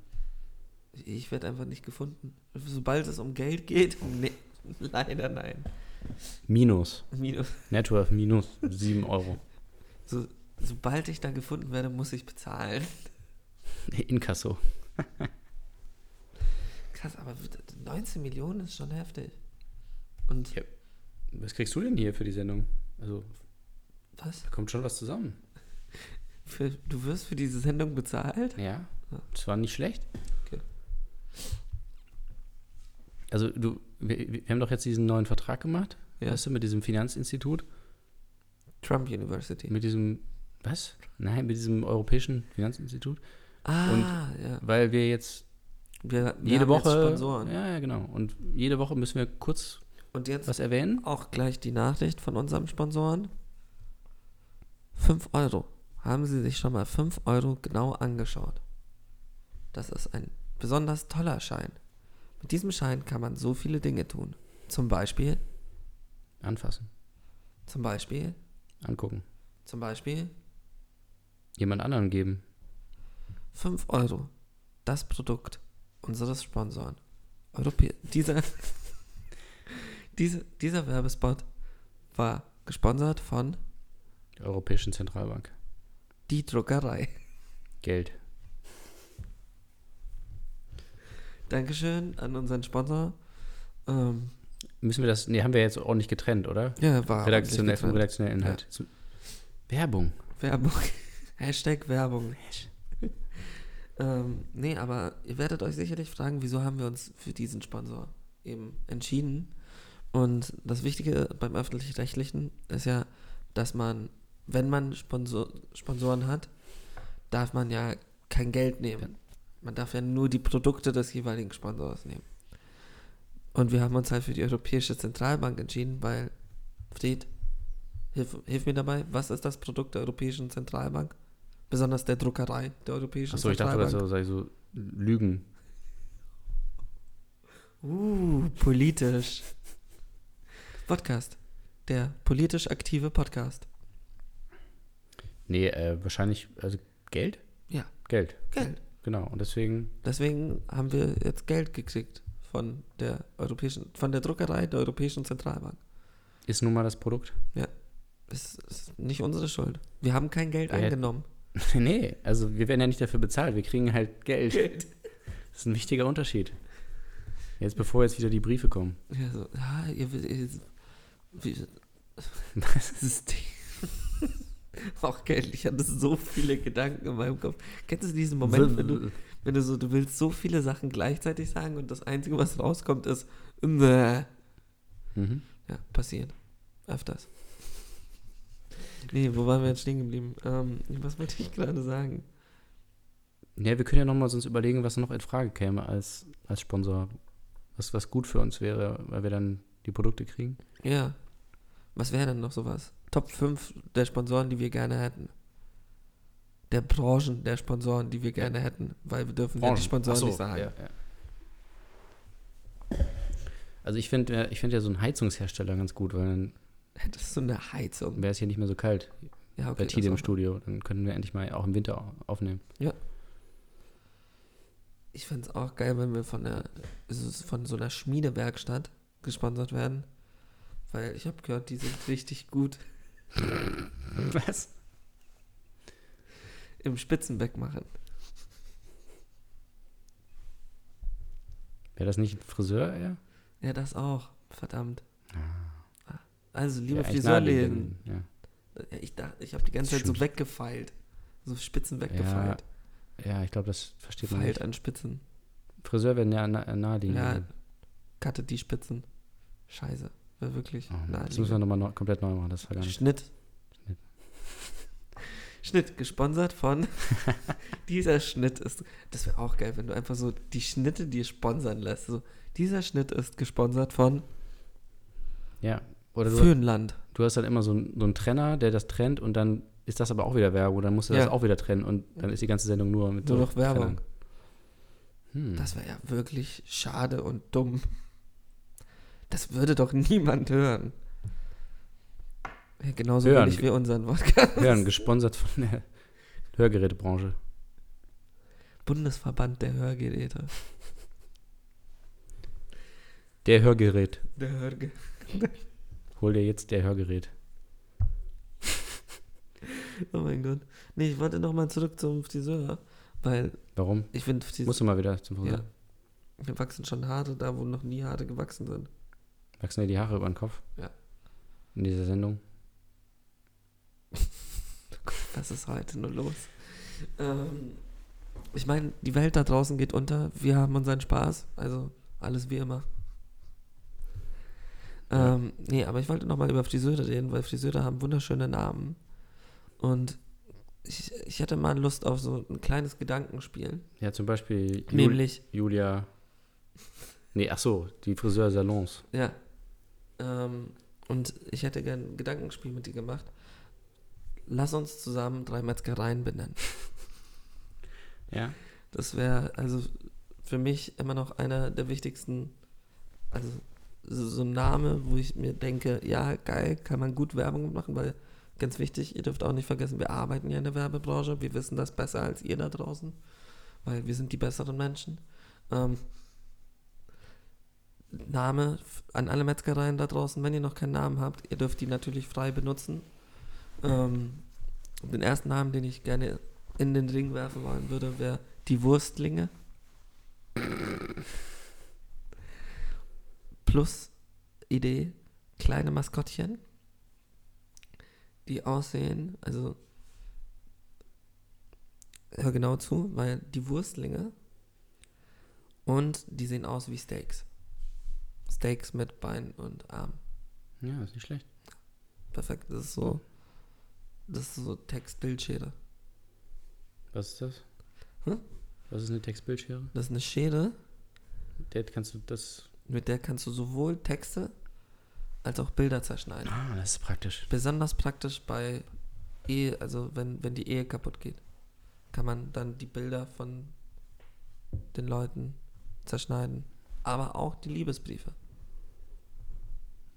[SPEAKER 3] Ich werde einfach nicht gefunden. Sobald es um Geld geht, (laughs) nee, leider nein.
[SPEAKER 4] Minus.
[SPEAKER 3] Minus.
[SPEAKER 4] Networth minus 7 (laughs) Euro.
[SPEAKER 3] So, sobald ich da gefunden werde, muss ich bezahlen.
[SPEAKER 4] Inkasso.
[SPEAKER 3] Krass, aber 19 Millionen ist schon heftig. Und
[SPEAKER 4] Ja. Was kriegst du denn hier für die Sendung? Also,
[SPEAKER 3] was?
[SPEAKER 4] da kommt schon was zusammen.
[SPEAKER 3] Für, du wirst für diese Sendung bezahlt?
[SPEAKER 4] Ja. Das war nicht schlecht.
[SPEAKER 3] Okay.
[SPEAKER 4] Also, du, wir, wir haben doch jetzt diesen neuen Vertrag gemacht.
[SPEAKER 3] Ja.
[SPEAKER 4] Weißt du, mit diesem Finanzinstitut.
[SPEAKER 3] Trump University.
[SPEAKER 4] Mit diesem. Was? Nein, mit diesem Europäischen Finanzinstitut.
[SPEAKER 3] ah, ja.
[SPEAKER 4] Weil wir jetzt
[SPEAKER 3] Wir, wir
[SPEAKER 4] jede
[SPEAKER 3] haben jetzt
[SPEAKER 4] Woche.
[SPEAKER 3] Sponsoren.
[SPEAKER 4] Ja, ja, genau. Und jede Woche müssen wir kurz
[SPEAKER 3] Und jetzt
[SPEAKER 4] was erwähnen.
[SPEAKER 3] auch gleich die Nachricht von unserem Sponsoren. 5 Euro. Haben Sie sich schon mal 5 Euro genau angeschaut? Das ist ein besonders toller Schein. Mit diesem Schein kann man so viele Dinge tun. Zum Beispiel,
[SPEAKER 4] Anfassen.
[SPEAKER 3] zum Beispiel,
[SPEAKER 4] Angucken.
[SPEAKER 3] zum Beispiel
[SPEAKER 4] Jemand anderen geben.
[SPEAKER 3] 5 Euro. Das Produkt unseres Sponsoren. Europä dieser, (laughs) diese, dieser Werbespot war gesponsert von
[SPEAKER 4] Der Europäischen Zentralbank.
[SPEAKER 3] die Druckerei.
[SPEAKER 4] Geld.
[SPEAKER 3] Dankeschön an unseren Sponsor. Ähm,
[SPEAKER 4] Müssen wir das. Nee, haben wir jetzt ordentlich getrennt, oder?
[SPEAKER 3] ja, war
[SPEAKER 4] Redaktionell vom
[SPEAKER 3] ordentlich
[SPEAKER 4] redaktionellen Inhalt. Zu- Werbung.
[SPEAKER 3] getrennt. Werbung. (laughs) Hashtag Werbung. (laughs) ähm, nee, aber ihr werdet euch sicherlich fragen, wieso haben wir uns für diesen Sponsor eben entschieden? Und das Wichtige beim Öffentlich-Rechtlichen ist ja, dass man, wenn man Sponsor Sponsoren hat, darf man ja kein Geld nehmen. Man darf ja nur die Produkte des jeweiligen Sponsors nehmen. Und wir haben uns halt für die Europäische Zentralbank entschieden, weil, Fried, hilf, hilf mir dabei, was ist das Produkt der Europäischen Zentralbank? Besonders der Druckerei der Europäischen
[SPEAKER 4] Achso, ich dachte,
[SPEAKER 3] Zentralbank.
[SPEAKER 4] das sei so Lügen.
[SPEAKER 3] Uh, politisch. Podcast. Der politisch aktive Podcast.
[SPEAKER 4] Nee, äh, wahrscheinlich, also Geld?
[SPEAKER 3] Ja,
[SPEAKER 4] Geld.
[SPEAKER 3] Geld.
[SPEAKER 4] Genau. Und deswegen,
[SPEAKER 3] Deswegen haben wir jetzt Geld gekriegt von der europäischen, von der Druckerei der Europäischen Zentralbank.
[SPEAKER 4] ist nun mal das Produkt? (laughs)
[SPEAKER 3] Ja. Es ist nicht unsere Schuld. Wir haben kein Geld
[SPEAKER 4] Wir hätten-
[SPEAKER 3] eingenommen.
[SPEAKER 4] nee, also wir werden ja nicht dafür bezahlt, wir kriegen halt Geld. Das ist ein wichtiger Unterschied. Jetzt bevor jetzt wieder die Briefe kommen.
[SPEAKER 3] Ja, so, ja, ihr, will- ihr, wie, (laughs) System. Auch geil, ich hatte so viele Gedanken in meinem Kopf. Kennst du diesen Moment, wenn du, wenn du so, du willst so viele Sachen gleichzeitig sagen und das Einzige, was rauskommt, ist Meh.
[SPEAKER 4] Mhm.
[SPEAKER 3] Ja, passiert. Öfters. Nee, wo waren wir jetzt stehen geblieben? Ähm, was wollte ich gerade sagen?
[SPEAKER 4] Ja, wir können ja nochmal sonst überlegen, was noch in Frage käme als, als Sponsor. Was, was gut für uns wäre, weil wir dann die Produkte kriegen.
[SPEAKER 3] Ja. Was wäre denn noch sowas? Top 5 der Sponsoren, die wir gerne hätten. Der Branchen der Sponsoren, die wir gerne hätten. Weil wir dürfen ja die Sponsoren
[SPEAKER 4] Ach so,
[SPEAKER 3] nicht sagen.
[SPEAKER 4] ja, ja. Also ich finde ich find ja so einen Heizungshersteller ganz gut, weil dann
[SPEAKER 3] Das ist so eine Heizung.
[SPEAKER 4] wäre es hier nicht mehr so kalt
[SPEAKER 3] Ja,
[SPEAKER 4] bei
[SPEAKER 3] okay. also-
[SPEAKER 4] Tide im
[SPEAKER 3] das auch.
[SPEAKER 4] Studio. Dann könnten wir endlich mal auch im Winter au- aufnehmen.
[SPEAKER 3] Ich fände es auch geil, wenn wir von, der, so- von so einer Schmiedewerkstatt gesponsert werden. Weil ich habe gehört, die sind richtig gut
[SPEAKER 4] (laughs) Was?
[SPEAKER 3] im Spitzenbeck machen.
[SPEAKER 4] Wäre das nicht ein Friseur eher?
[SPEAKER 3] Ja, das auch. Verdammt. Also,
[SPEAKER 4] Ja,
[SPEAKER 3] liebe
[SPEAKER 4] eigentlich
[SPEAKER 3] Friseurläden.
[SPEAKER 4] naheliegend, Ja.
[SPEAKER 3] Ja, Ich, dachte, ich habe die ganze Zeit so
[SPEAKER 4] Stimmt.
[SPEAKER 3] weggefeilt. So Spitzen
[SPEAKER 4] Ja,
[SPEAKER 3] weggefeilt.
[SPEAKER 4] ja, ich glaube, das versteht man
[SPEAKER 3] Feilt
[SPEAKER 4] nicht.
[SPEAKER 3] an Spitzen.
[SPEAKER 4] Friseur werden ja na- naheliegend.
[SPEAKER 3] Ja, Cutte die Spitzen. Scheiße. War wirklich.
[SPEAKER 4] Oh, Mann,
[SPEAKER 3] Na,
[SPEAKER 4] das müssen wir nochmal neu, komplett neu machen. Das war gar nicht.
[SPEAKER 3] Schnitt.
[SPEAKER 4] Schnitt.
[SPEAKER 3] (laughs) Schnitt, gesponsert von (laughs) dieser Schnitt ist. Das wäre auch geil, wenn du einfach so die Schnitte dir sponsern lässt. So, dieser Schnitt ist gesponsert von
[SPEAKER 4] Ja. Oder du,
[SPEAKER 3] Föhnland.
[SPEAKER 4] Also halt du hast dann immer so, einen- so einen Trenner, der das trennt und dann ist das aber auch wieder Werbung, dann musst du
[SPEAKER 3] Ja.
[SPEAKER 4] das auch wieder trennen und dann ist die ganze Sendung nur mit
[SPEAKER 3] Nur
[SPEAKER 4] so
[SPEAKER 3] noch Werbung.
[SPEAKER 4] Trennern. Hm.
[SPEAKER 3] Das wäre ja wirklich schade und dumm. Das würde doch niemand hören. Ja, genauso
[SPEAKER 4] Hören.
[SPEAKER 3] wenig wie unseren Podcast.
[SPEAKER 4] Hören, gesponsert von der Hörgerätebranche.
[SPEAKER 3] (laughs) Bundesverband der Hörgeräte.
[SPEAKER 4] Der Hörgerät.
[SPEAKER 3] Der Hörge
[SPEAKER 4] Hol dir jetzt der Hörgerät.
[SPEAKER 3] oh mein Gott. Nee, ich wollte nochmal zurück zum Friseur, weil
[SPEAKER 4] Warum?
[SPEAKER 3] ich finde, Friseur,
[SPEAKER 4] Musst du mal wieder zum
[SPEAKER 3] Ja.
[SPEAKER 4] Friseur.
[SPEAKER 3] mir wachsen schon Haare da, wo noch nie Haare gewachsen sind.
[SPEAKER 4] Wachsen dir die Haare über den Kopf?
[SPEAKER 3] Ja.
[SPEAKER 4] In dieser Sendung?
[SPEAKER 3] Was ist heute nur los? Ähm, ich meine, die Welt da draußen geht unter. Wir haben unseren Spaß. Also alles wie immer. Ähm, nee, aber ich wollte nochmal über Friseure reden, weil Friseure haben wunderschöne Namen. Und ich, ich hätte mal Lust auf so ein kleines Gedankenspiel.
[SPEAKER 4] Ja, zum Beispiel Ju-
[SPEAKER 3] Nämlich,
[SPEAKER 4] Julia. Nee, ach so, die Friseursalons.
[SPEAKER 3] ja. Ähm, und ich hätte gern ein Gedankenspiel mit dir gemacht. Lass uns zusammen drei Metzgereien benennen.
[SPEAKER 4] Ja.
[SPEAKER 3] Das wäre also für mich immer noch einer der wichtigsten, also so so ein Name, wo ich mir denke, ja, geil, kann man gut Werbung machen, weil ganz wichtig, ihr dürft auch nicht vergessen, wir arbeiten ja in der Werbebranche, wir wissen das besser als ihr da draußen, weil wir sind die besseren Menschen. Ähm, Name f- an alle Metzgereien da draußen, wenn ihr noch keinen Namen habt, ihr dürft die natürlich frei benutzen. Ähm, den ersten Namen, den ich gerne in den Ring werfen wollen würde, wäre die Wurstlinge. Plus Idee, kleine Maskottchen, die aussehen, also hör genau zu, weil die Wurstlinge und die sehen aus wie Steaks. Steaks mit Bein und Arm.
[SPEAKER 4] Ja, ist nicht schlecht.
[SPEAKER 3] Perfekt, das ist so, das ist so Textbildschere.
[SPEAKER 4] Was ist das?
[SPEAKER 3] Hm?
[SPEAKER 4] Was ist eine Textbildschere?
[SPEAKER 3] Das ist eine Schere,
[SPEAKER 4] Der kannst du das.
[SPEAKER 3] Mit der kannst du sowohl Texte als auch Bilder zerschneiden.
[SPEAKER 4] Ah, das ist praktisch.
[SPEAKER 3] Besonders praktisch bei Ehe, also wenn, wenn die Ehe kaputt geht, kann man dann die Bilder von den Leuten zerschneiden. Aber auch die Liebesbriefe.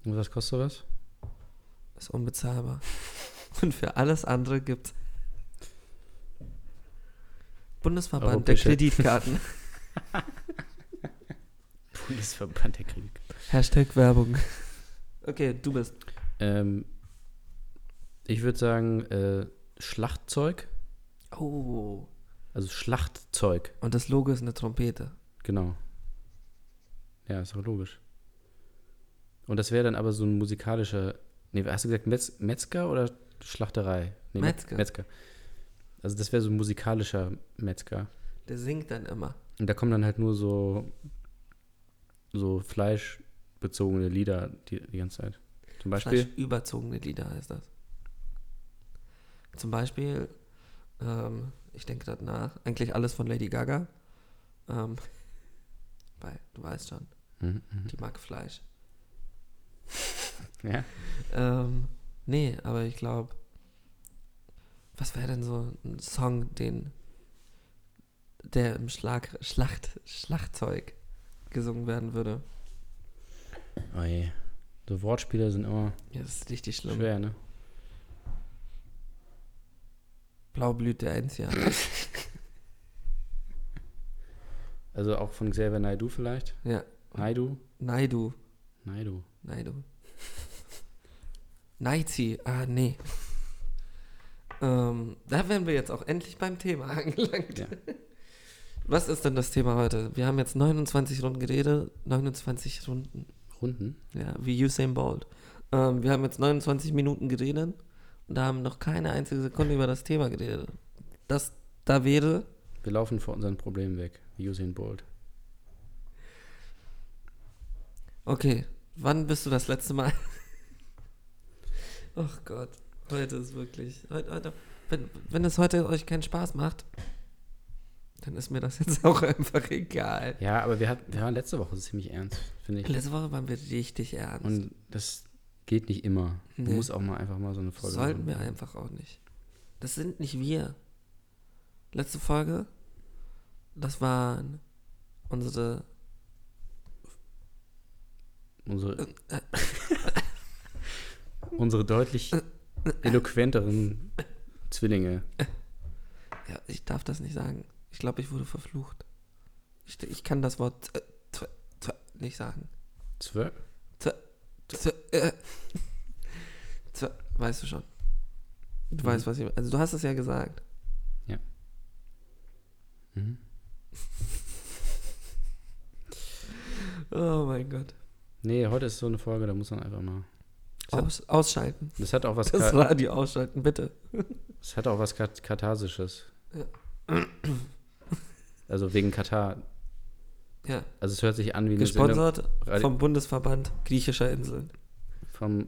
[SPEAKER 4] Und was kostet sowas?
[SPEAKER 3] Ist unbezahlbar. (laughs) Und für alles andere gibt's Bundesverband der
[SPEAKER 4] Europäische-
[SPEAKER 3] Kreditkarten.
[SPEAKER 4] Bundesverband der Krieg.
[SPEAKER 3] (laughs) Hashtag Werbung. Okay, du bist.
[SPEAKER 4] Ähm, ich würde sagen, äh, Schlachtzeug.
[SPEAKER 3] Oh.
[SPEAKER 4] Also Schlachtzeug,
[SPEAKER 3] Und das Logo ist eine Trompete.
[SPEAKER 4] genau. Ja, ist auch logisch. Und das wäre dann aber so ein musikalischer. Nee, hast du gesagt Metz, Metzger oder Schlachterei? Nee, Me-
[SPEAKER 3] Metzger.
[SPEAKER 4] Metzger. Also das wäre so ein musikalischer Metzger.
[SPEAKER 3] Der singt dann immer.
[SPEAKER 4] Und da kommen dann halt nur so, so fleischbezogene Lieder die, die ganze Zeit. Zum Beispiel.
[SPEAKER 3] Beispiel? überzogene Lieder heißt das. Zum Beispiel, ähm, ich denke gerade nach, eigentlich alles von Lady Gaga. Ähm, (laughs) weil, du weißt schon,
[SPEAKER 4] Mhm, mhm.
[SPEAKER 3] die mag Fleisch.
[SPEAKER 4] Ja.
[SPEAKER 3] Ähm, nee, aber ich glaube, was wäre denn so ein Song, den der im Schlag, Schlacht, Schlachtzeug gesungen werden würde?
[SPEAKER 4] Oh je. So Wortspiele sind immer
[SPEAKER 3] Ja, das ist richtig schlimm.
[SPEAKER 4] schwer, ne?
[SPEAKER 3] Blaublüte Enzian.
[SPEAKER 4] Also auch von Xavier Naidu vielleicht.
[SPEAKER 3] ja,
[SPEAKER 4] Naidu?
[SPEAKER 3] Naidu.
[SPEAKER 4] Naidu.
[SPEAKER 3] Naidu. Naizi, ah nee. Ähm, da wären wir jetzt auch endlich beim Thema (laughs) angelangt.
[SPEAKER 4] Ja.
[SPEAKER 3] Was ist denn das Thema heute? Wir haben jetzt 29 Runden geredet, 29 Runden,
[SPEAKER 4] Runden.
[SPEAKER 3] ja, wie Usain Bolt. Ähm, wir haben jetzt 29 Minuten geredet und haben noch keine einzige Sekunde über das Thema geredet. Das da wäre,
[SPEAKER 4] Wir laufen vor unseren Problemen weg. Usain Bolt.
[SPEAKER 3] okay, wann bist du das letzte Mal? (laughs) Ach Gott, heute ist wirklich. Heute, heute, wenn, wenn es heute euch keinen Spaß macht, dann ist mir das jetzt (laughs) auch einfach egal.
[SPEAKER 4] Ja, aber wir, hatten, wir waren letzte Woche ziemlich ernst, finde ich.
[SPEAKER 3] Letzte Woche waren wir richtig ernst.
[SPEAKER 4] Und das geht nicht immer. Man
[SPEAKER 3] Nee.
[SPEAKER 4] muss auch mal einfach mal so eine Folge
[SPEAKER 3] Sollten wir
[SPEAKER 4] machen.
[SPEAKER 3] einfach auch nicht. Das sind nicht wir. Letzte Folge, das waren unsere
[SPEAKER 4] Unsere,
[SPEAKER 3] (laughs)
[SPEAKER 4] unsere deutlich eloquenteren Zwillinge.
[SPEAKER 3] Ja, ich darf das nicht sagen. Ich glaube, ich wurde verflucht. Ich, ich kann das Wort tw- tw- tw- nicht sagen.
[SPEAKER 4] Zwölf?
[SPEAKER 3] Tw- tw- äh. (laughs) Tw- Weißt du schon. Du weißt, was ich Also du hast es ja gesagt.
[SPEAKER 4] Ja. Mhm.
[SPEAKER 3] (laughs) Oh mein Gott.
[SPEAKER 4] Nee, heute ist so eine Folge, da muss man einfach mal.
[SPEAKER 3] Aus, ausschalten.
[SPEAKER 4] Das hat auch was,
[SPEAKER 3] Das
[SPEAKER 4] Ka
[SPEAKER 3] Radio ausschalten, bitte.
[SPEAKER 4] das hat auch was Kat Katharsisches.
[SPEAKER 3] Ja.
[SPEAKER 4] Also wegen Katar.
[SPEAKER 3] Ja.
[SPEAKER 4] Also es hört sich an wie eine Sendung
[SPEAKER 3] Gesponsert
[SPEAKER 4] Radio-
[SPEAKER 3] vom Bundesverband griechischer Inseln.
[SPEAKER 4] vom.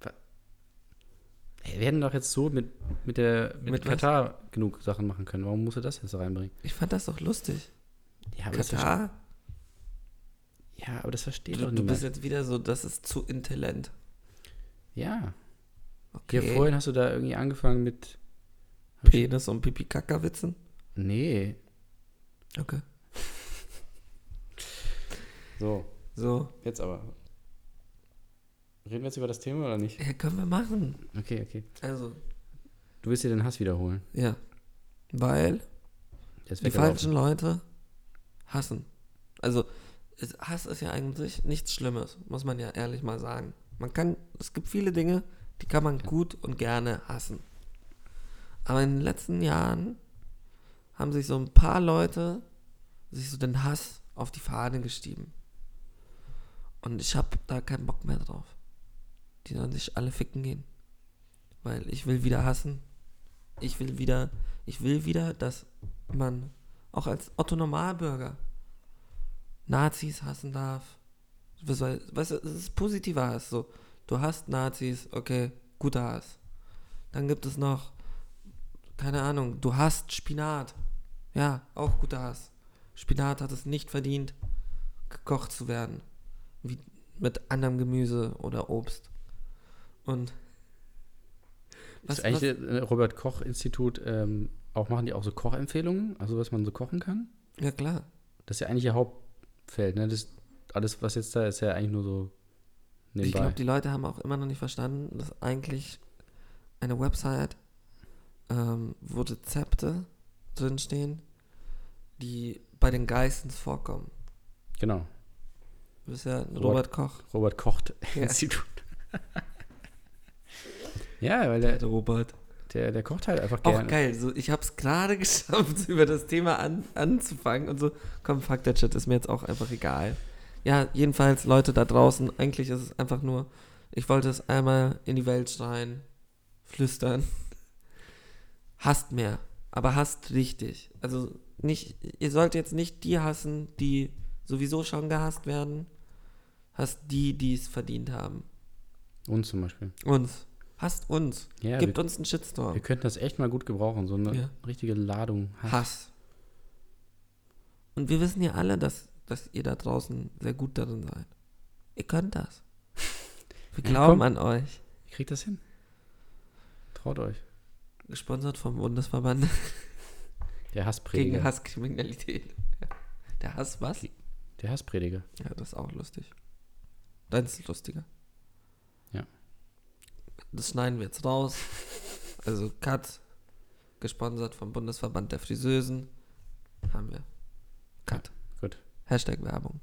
[SPEAKER 4] Wa- Ey, wir hätten doch jetzt so mit, mit der mit,
[SPEAKER 3] Mit was?
[SPEAKER 4] Katar genug Sachen machen können. Warum musst du das jetzt reinbringen?
[SPEAKER 3] Ich fand das doch lustig.
[SPEAKER 4] Ja, aber das, verste-
[SPEAKER 3] Katar,
[SPEAKER 4] ja, aber das versteht
[SPEAKER 3] du,
[SPEAKER 4] doch
[SPEAKER 3] du bist
[SPEAKER 4] niemand.
[SPEAKER 3] jetzt wieder so, das ist zu intelligent.
[SPEAKER 4] Ja.
[SPEAKER 3] Okay.
[SPEAKER 4] Hier vorhin hast du da irgendwie angefangen mit.
[SPEAKER 3] Penis und Pipi-Kaka-Witzen.
[SPEAKER 4] Nee.
[SPEAKER 3] Okay.
[SPEAKER 4] So,
[SPEAKER 3] So.
[SPEAKER 4] jetzt aber. Reden wir jetzt über das Thema oder nicht?
[SPEAKER 3] Ja, können wir machen.
[SPEAKER 4] Okay, okay.
[SPEAKER 3] Also,
[SPEAKER 4] Du willst dir den Hass wiederholen.
[SPEAKER 3] ja. Weil
[SPEAKER 4] Der ist
[SPEAKER 3] die
[SPEAKER 4] weggelaufen.
[SPEAKER 3] falschen Leute hassen. Also, es- Hass ist ja eigentlich nichts Schlimmes, muss man ja ehrlich mal sagen. Man kann, es gibt viele Dinge, die kann man gut und gerne hassen. Aber in den letzten Jahren haben sich so ein paar Leute sich so den Hass auf die Fahne geschrieben. Und ich habe da keinen Bock mehr drauf. Die sollen sich alle ficken gehen. Weil ich will wieder hassen. Ich will wieder, ich will wieder, dass man auch als Otto Normalbürger Nazis hassen darf. Was soll- Weißt du, es ist positiver Hass. So, du hast Nazis, okay, guter Hass. Dann gibt es noch, keine Ahnung, du hast Spinat. Ja, auch guter Hass. Spinat hat es nicht verdient, gekocht zu werden. Wie mit anderem Gemüse oder Obst. Und
[SPEAKER 4] ist eigentlich das Robert Koch Institut ähm, auch machen die auch so Kochempfehlungen, also was man so kochen kann.
[SPEAKER 3] ja klar.
[SPEAKER 4] Das ist ja eigentlich ihr Hauptfeld, ne? Das alles was jetzt da ist ja eigentlich nur so
[SPEAKER 3] Ich
[SPEAKER 4] nebenbei.
[SPEAKER 3] glaube, die Leute haben auch immer noch nicht verstanden, dass eigentlich eine Website, ähm, wo Rezepte drinstehen, die bei den Geistens vorkommen.
[SPEAKER 4] genau.
[SPEAKER 3] Du bist ja ein Robert
[SPEAKER 4] Robert-
[SPEAKER 3] Koch.
[SPEAKER 4] Robert Koch (laughs) Institut. ja, weil der,
[SPEAKER 3] Robert.
[SPEAKER 4] der, der kocht halt einfach
[SPEAKER 3] Auch
[SPEAKER 4] gerne.
[SPEAKER 3] geil. So, ich habe es gerade (laughs) geschafft, über das Thema an, anzufangen und so. Komm, fuck der Chat, ist mir jetzt auch einfach egal. Ja, jedenfalls, Leute da draußen, eigentlich ist es einfach nur, ich wollte es einmal in die Welt schreien, flüstern. (laughs) Hasst mehr, aber hasst richtig. Also nicht, ihr sollt jetzt nicht die hassen, die sowieso schon gehasst werden. Hasst die, die es verdient haben.
[SPEAKER 4] Uns zum Beispiel.
[SPEAKER 3] Uns. Hasst uns.
[SPEAKER 4] Ja,
[SPEAKER 3] Gebt
[SPEAKER 4] wir,
[SPEAKER 3] uns einen Shitstorm.
[SPEAKER 4] wir könnten das echt mal gut gebrauchen, so eine
[SPEAKER 3] Ja.
[SPEAKER 4] richtige Ladung. Hass.
[SPEAKER 3] Hass. Und wir wissen ja alle, dass, dass ihr da draußen sehr gut darin seid. Ihr könnt das. Wir
[SPEAKER 4] Ja,
[SPEAKER 3] glauben
[SPEAKER 4] komm.
[SPEAKER 3] an euch.
[SPEAKER 4] Ihr kriegt das hin. Traut euch.
[SPEAKER 3] Gesponsert vom Bundesverband
[SPEAKER 4] Der Hassprediger.
[SPEAKER 3] (laughs) gegen Hasskriminalität. Der Hass was?
[SPEAKER 4] Ge- Der Hassprediger.
[SPEAKER 3] Ja, das ist auch lustig. Deins ist lustiger.
[SPEAKER 4] Ja.
[SPEAKER 3] Das schneiden wir jetzt raus. Also Cut, gesponsert vom Bundesverband der Friseusen, haben wir. Cut.
[SPEAKER 4] Gut.
[SPEAKER 3] Hashtag Werbung.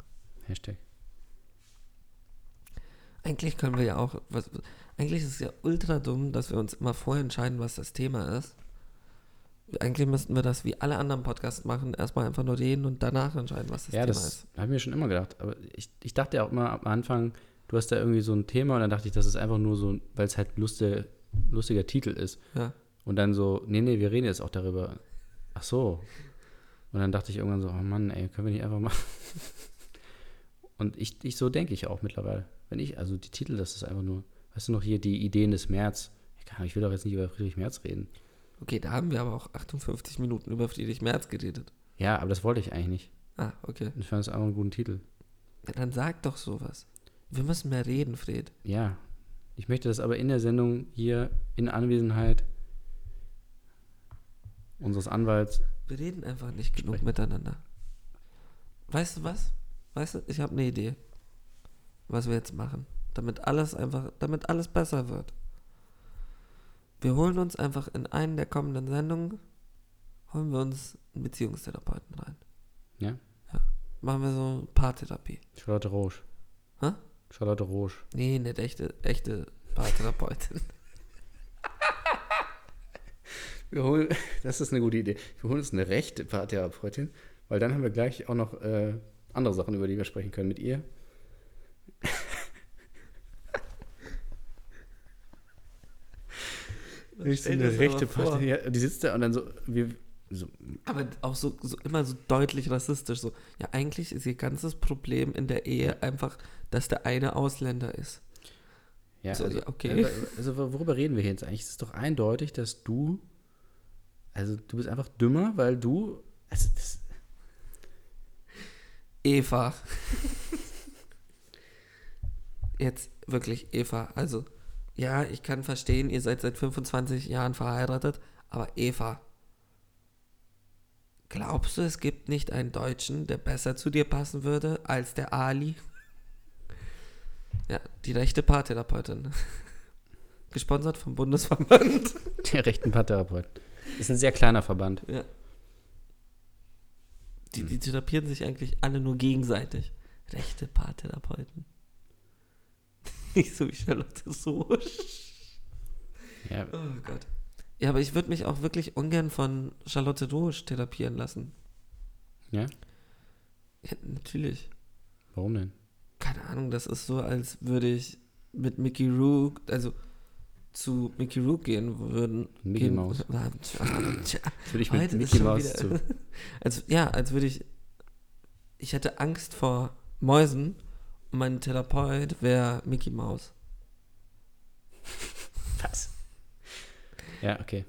[SPEAKER 4] Hashtag.
[SPEAKER 3] Eigentlich können wir ja auch, was, eigentlich ist es ja ultra dumm, dass wir uns immer vorher entscheiden, was das Thema ist. Eigentlich müssten wir das wie alle anderen Podcasts machen, erstmal einfach nur reden und danach entscheiden, was das
[SPEAKER 4] ja,
[SPEAKER 3] Thema
[SPEAKER 4] das
[SPEAKER 3] ist.
[SPEAKER 4] habe ich mir schon immer gedacht. Aber ich, ich dachte ja auch immer am Anfang, du hast da irgendwie so ein Thema und dann dachte ich, das ist einfach nur so, ein- weil es halt lustig, lustiger Titel ist.
[SPEAKER 3] Ja.
[SPEAKER 4] Und dann so, nee, nee, wir reden jetzt auch darüber. Ach so. Und dann dachte ich irgendwann so, oh Mann, ey, können wir nicht einfach mal. (laughs) Und ich, ich so denke ich auch mittlerweile. Wenn ich, also die Titel, das ist einfach nur, weißt du noch hier, die Ideen des März. Ich, kann, ich will doch jetzt nicht über Friedrich Merz reden.
[SPEAKER 3] Okay, da haben wir aber auch 58 Minuten über Friedrich Merz geredet.
[SPEAKER 4] Ja, aber das wollte ich eigentlich nicht.
[SPEAKER 3] Ah, okay.
[SPEAKER 4] Ich fand es einfach einen guten Titel.
[SPEAKER 3] Ja, dann sag doch sowas. Wir müssen mehr reden, Fred.
[SPEAKER 4] Ja, Ich möchte das aber in der Sendung hier in Anwesenheit unseres Anwalts.
[SPEAKER 3] Wir reden einfach nicht genug
[SPEAKER 4] Sprechen.
[SPEAKER 3] miteinander. Weißt du was? Weißt du, ich habe eine Idee, was wir jetzt machen, damit alles einfach, damit alles besser wird. Wir holen uns einfach in einen der kommenden Sendungen, holen wir uns einen Beziehungstherapeuten rein.
[SPEAKER 4] Ja?
[SPEAKER 3] Machen wir so Paartherapie.
[SPEAKER 4] Charlotte Roche.
[SPEAKER 3] Hä?
[SPEAKER 4] Charlotte Roche.
[SPEAKER 3] Nee, nicht echte, echte Paartherapeutin.
[SPEAKER 4] Wir holen, (laughs) das ist eine gute Idee. Wir holen uns eine rechte Paartherapeutin, weil dann haben wir gleich auch noch äh, andere Sachen, über die wir sprechen können
[SPEAKER 3] (laughs)
[SPEAKER 4] mit ihr. Ich so
[SPEAKER 3] Stell dir
[SPEAKER 4] eine
[SPEAKER 3] das
[SPEAKER 4] rechte
[SPEAKER 3] aber vor.
[SPEAKER 4] Partnerin, ja, die sitzt da und dann so, wir, so
[SPEAKER 3] Aber auch so, so immer so deutlich rassistisch. So, ja, eigentlich ist ihr ganzes Problem in der Ehe einfach, dass der eine Ausländer ist.
[SPEAKER 4] ja,
[SPEAKER 3] So,
[SPEAKER 4] also,
[SPEAKER 3] ja, okay.
[SPEAKER 4] äh, Also wor- worüber reden wir hier jetzt eigentlich? Es ist doch eindeutig, dass du, also du bist einfach dümmer, weil du, also das,
[SPEAKER 3] Eva. (laughs) Jetzt wirklich Eva. Also, ja, ich kann verstehen, ihr seid seit 25 Jahren verheiratet, aber Eva. Glaubst du, es gibt nicht einen Deutschen, der besser zu dir passen würde als der Ali? Ja, die rechte Paartherapeutin. (laughs) Gesponsert vom Bundesverband. (laughs)
[SPEAKER 4] (laughs) der rechten Paartherapeut. Ist ein sehr kleiner Verband.
[SPEAKER 3] Ja. Die, die therapieren sich eigentlich alle nur gegenseitig. Rechte Paartherapeuten. (laughs) Nicht so wie Charlotte Sosch.
[SPEAKER 4] Ja,
[SPEAKER 3] Oh Gott. Ja, aber ich würde mich auch wirklich ungern von Charlotte Roche therapieren lassen.
[SPEAKER 4] ja?
[SPEAKER 3] Ja, natürlich.
[SPEAKER 4] Warum denn?
[SPEAKER 3] Keine Ahnung, das ist so, als würde ich mit Mickey Rook, also zu Mickey Rook gehen würden.
[SPEAKER 4] Mickey
[SPEAKER 3] gehen, (laughs) Ah,
[SPEAKER 4] Mouse.
[SPEAKER 3] Tja,
[SPEAKER 4] Würde ich
[SPEAKER 3] Heute Ah, ist schon wieder- (laughs) Als, ja, als würde ich. Ich hätte Angst vor Mäusen und mein Therapeut wäre Mickey Mouse.
[SPEAKER 4] Was? Ja, okay.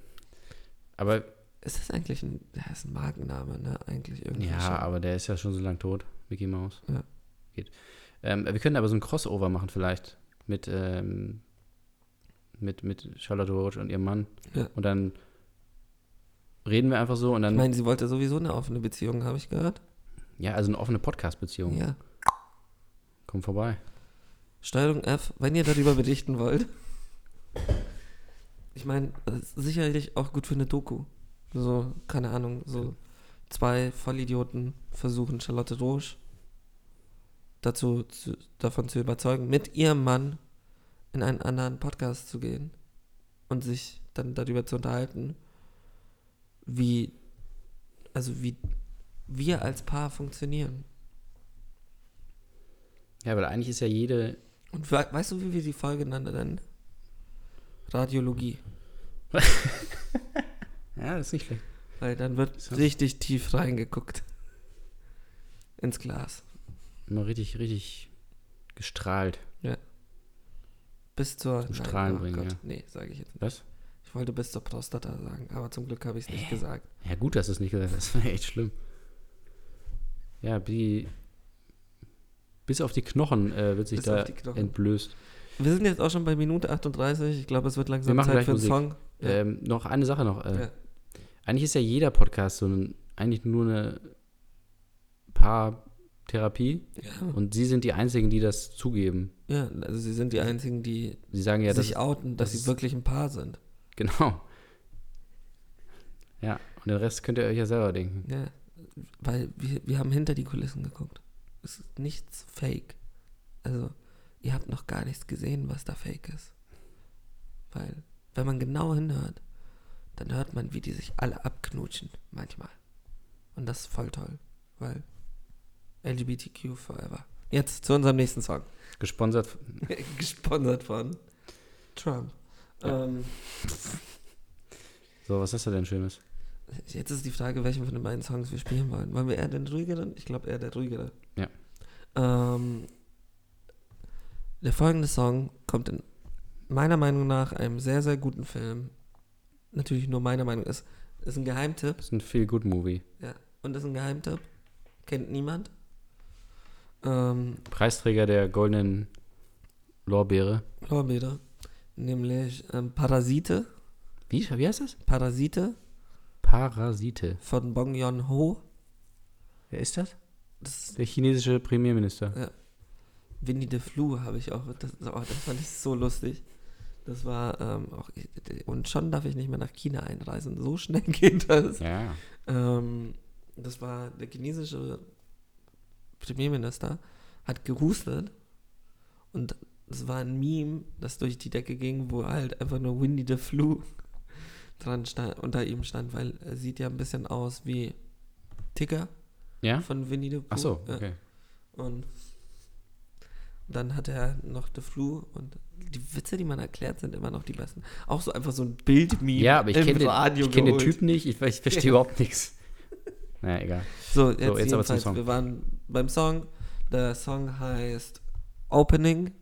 [SPEAKER 4] Aber
[SPEAKER 3] Ist das eigentlich ein. Das ist ein Markenname, ne? Eigentlich irgendwie.
[SPEAKER 4] ja,
[SPEAKER 3] schon.
[SPEAKER 4] aber der ist ja schon so lang tot, Mickey Mouse.
[SPEAKER 3] Ja.
[SPEAKER 4] Geht. Ähm, wir können aber so ein Crossover machen vielleicht mit ähm, mit mit Charlotte Roach und ihrem Mann
[SPEAKER 3] Ja.
[SPEAKER 4] und dann reden wir einfach so und dann
[SPEAKER 3] Ich meine, sie wollte sowieso eine offene Beziehung, habe ich gehört.
[SPEAKER 4] ja, also eine offene Podcast Beziehung.
[SPEAKER 3] Ja.
[SPEAKER 4] Komm vorbei.
[SPEAKER 3] Steuerung F, wenn ihr darüber berichten wollt. Ich meine, das ist sicherlich auch gut für eine Doku. So, keine Ahnung, so zwei Vollidioten versuchen Charlotte Roche dazu zu, davon zu überzeugen, mit ihrem Mann in einen anderen Podcast zu gehen und sich dann darüber zu unterhalten, wie also wie wir als Paar funktionieren.
[SPEAKER 4] Ja, weil eigentlich ist ja jede
[SPEAKER 3] Und we weißt du, wie wir die Folge nannten? dann? Radiologie.
[SPEAKER 4] ja, das ist nicht schlecht.
[SPEAKER 3] Weil dann wird
[SPEAKER 4] Ist das-
[SPEAKER 3] richtig tief reingeguckt. Ins Glas.
[SPEAKER 4] Immer richtig richtig gestrahlt.
[SPEAKER 3] Bis zur. oh
[SPEAKER 4] Zum Strahlen bringen, ja.
[SPEAKER 3] Nee, sage ich jetzt.
[SPEAKER 4] Was?
[SPEAKER 3] Ich wollte bis zur Prostata sagen, aber zum Glück habe ich es nicht gesagt.
[SPEAKER 4] Ja, gut, dass du es nicht gesagt hast. (laughs) Das wäre echt schlimm. Ja, die, bis auf die Knochen äh, wird sich
[SPEAKER 3] Bis
[SPEAKER 4] da
[SPEAKER 3] auf die Knochen.
[SPEAKER 4] entblößt.
[SPEAKER 3] Wir sind jetzt auch schon bei Minute 38. Ich glaube, es wird
[SPEAKER 4] Wir
[SPEAKER 3] langsam
[SPEAKER 4] machen
[SPEAKER 3] Zeit
[SPEAKER 4] gleich
[SPEAKER 3] für einen
[SPEAKER 4] Musik.
[SPEAKER 3] Song. Ja.
[SPEAKER 4] Ähm, noch eine Sache noch. Äh,
[SPEAKER 3] Ja.
[SPEAKER 4] Eigentlich ist ja jeder Podcast so ein, eigentlich nur eine Paartherapie. Und sie sind die Einzigen, die das zugeben.
[SPEAKER 3] ja, also sie sind die einzigen, die
[SPEAKER 4] Sie sagen ja, das
[SPEAKER 3] sich outen, dass
[SPEAKER 4] das ist-
[SPEAKER 3] sie wirklich ein Paar sind.
[SPEAKER 4] genau. Ja, und den Rest könnt ihr euch ja selber denken.
[SPEAKER 3] Ja. Weil wir, wir haben hinter die Kulissen geguckt. Es ist nichts fake. Also, ihr habt noch gar nichts gesehen, was da fake ist. Weil, wenn man genau hinhört, dann hört man, wie die sich alle abknutschen, manchmal. Und das ist voll toll, weil LGBTQ forever. Jetzt zu unserem nächsten Song. (laughs)
[SPEAKER 4] Gesponsert. f-
[SPEAKER 3] Gesponsert von Trump. Ähm,
[SPEAKER 4] So, was hast du denn Schönes?
[SPEAKER 3] Jetzt ist die Frage, welchen von den beiden Songs wir spielen wollen. Wollen wir eher den ruhigeren? Ich glaube eher der ruhigere.
[SPEAKER 4] Ja.
[SPEAKER 3] Ähm, der folgende Song kommt in meiner Meinung nach einem sehr, sehr guten Film. Natürlich nur meiner Meinung ist. Ist ein Geheimtipp.
[SPEAKER 4] Das ist ein Feel-Good-Movie.
[SPEAKER 3] Ja. Und ist ein Geheimtipp. Kennt niemand. Ähm,
[SPEAKER 4] Preisträger der goldenen Lorbeere.
[SPEAKER 3] Lorbeere. nämlich ähm, Parasite.
[SPEAKER 4] Wie, wie heißt das?
[SPEAKER 3] Parasite
[SPEAKER 4] Parasite.
[SPEAKER 3] von Bong Joon-ho.
[SPEAKER 4] Wer ist das?
[SPEAKER 3] Das ist
[SPEAKER 4] Der chinesische Premierminister.
[SPEAKER 3] Winnie the Flu habe ich auch. Das, oh, das fand ich so lustig. Das war ähm, auch. Und schon darf ich nicht mehr nach China einreisen. So schnell (laughs) geht das.
[SPEAKER 4] Ja.
[SPEAKER 3] Ähm, das war der chinesische Premierminister, hat gehustet und es war ein Meme, das durch die Decke ging, wo halt einfach nur Winnie the Flu (laughs) dran stand, unter ihm stand, weil er sieht ja ein bisschen aus wie Ticker
[SPEAKER 4] Ja?
[SPEAKER 3] von Winnie the Pooh.
[SPEAKER 4] Ach so,
[SPEAKER 3] Ja.
[SPEAKER 4] okay.
[SPEAKER 3] Und dann hat er noch The Flu und die Witze, die man erklärt, sind immer noch die besten. Auch so einfach so ein Bild-Meme
[SPEAKER 4] Ja, aber ich
[SPEAKER 3] im
[SPEAKER 4] kenne den,
[SPEAKER 3] Radio
[SPEAKER 4] ich kenn den
[SPEAKER 3] geholt.
[SPEAKER 4] Typen nicht, ich, ich (laughs) verstehe überhaupt nichts. Naja, egal.
[SPEAKER 3] So, jetzt,
[SPEAKER 4] jetzt aber
[SPEAKER 3] jedenfalls,
[SPEAKER 4] zum Song.
[SPEAKER 3] wir waren beim Song. Der Song heißt Opening,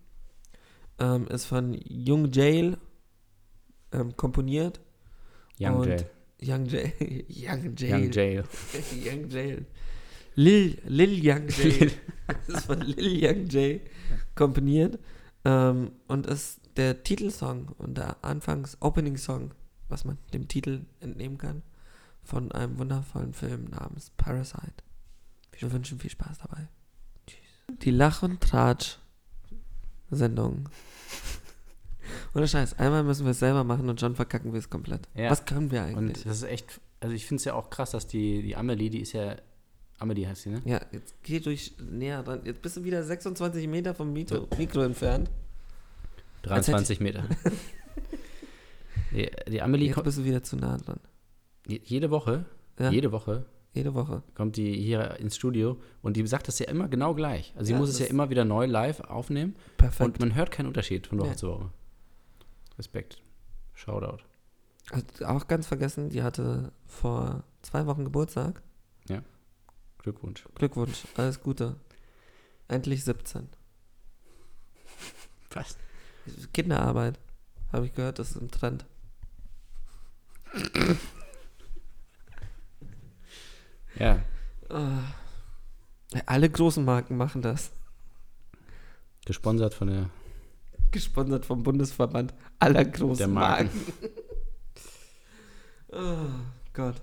[SPEAKER 3] ähm, ist von Young Jail ähm, komponiert.
[SPEAKER 4] Young
[SPEAKER 3] Und-
[SPEAKER 4] Jail.
[SPEAKER 3] Young Jail. (laughs) Young Jail.
[SPEAKER 4] Young Jail.
[SPEAKER 3] (laughs) Young Jail. Lil, Lil Young Jail. (laughs) Das ist von Lil Young Jay komponiert. Ähm, und ist der Titelsong und der Anfangs-Opening-Song, was man dem Titel entnehmen kann, von einem wundervollen Film namens Parasite. Wir wünschen viel Spaß dabei. Tschüss. Die Lach- und Tratsch-Sendung. (laughs) Ohne Scheiß, einmal müssen wir es selber machen und schon verkacken wir es komplett.
[SPEAKER 4] Ja.
[SPEAKER 3] Was können wir eigentlich?
[SPEAKER 4] Und das ist echt, also ich finde es ja auch krass, dass die, die Amelie, die ist ja, Amelie heißt sie, ne?
[SPEAKER 3] Ja, jetzt geh durch näher ran. Jetzt bist du wieder 26 Meter vom Mikro, Mikro entfernt. Als hätte
[SPEAKER 4] 23
[SPEAKER 3] (laughs)
[SPEAKER 4] Meter. die, die Amelie
[SPEAKER 3] Jetzt
[SPEAKER 4] kommt
[SPEAKER 3] bist du wieder zu nah dran.
[SPEAKER 4] je- jede Woche,
[SPEAKER 3] Ja.
[SPEAKER 4] jede Woche
[SPEAKER 3] Jede Woche.
[SPEAKER 4] kommt die hier ins Studio und die sagt das ja immer genau gleich. Also sie
[SPEAKER 3] Ja,
[SPEAKER 4] muss es ja
[SPEAKER 3] das-
[SPEAKER 4] immer wieder neu live aufnehmen
[SPEAKER 3] Perfekt.
[SPEAKER 4] und man hört keinen Unterschied von Woche
[SPEAKER 3] Nee.
[SPEAKER 4] zu Woche. Respekt. Shoutout.
[SPEAKER 3] Hat auch ganz vergessen, die hatte vor zwei Wochen Geburtstag.
[SPEAKER 4] Glückwunsch.
[SPEAKER 3] Glückwunsch, alles Gute. Endlich 17.
[SPEAKER 4] Was?
[SPEAKER 3] Kinderarbeit. Habe ich gehört, das ist ein Trend.
[SPEAKER 4] Ja.
[SPEAKER 3] Ah. Alle großen Marken machen das. (laughs)
[SPEAKER 4] Gesponsert von der,
[SPEAKER 3] Gesponsert vom Bundesverband aller großen
[SPEAKER 4] der
[SPEAKER 3] Marken. (laughs)
[SPEAKER 4] Marken.
[SPEAKER 3] Oh Gott.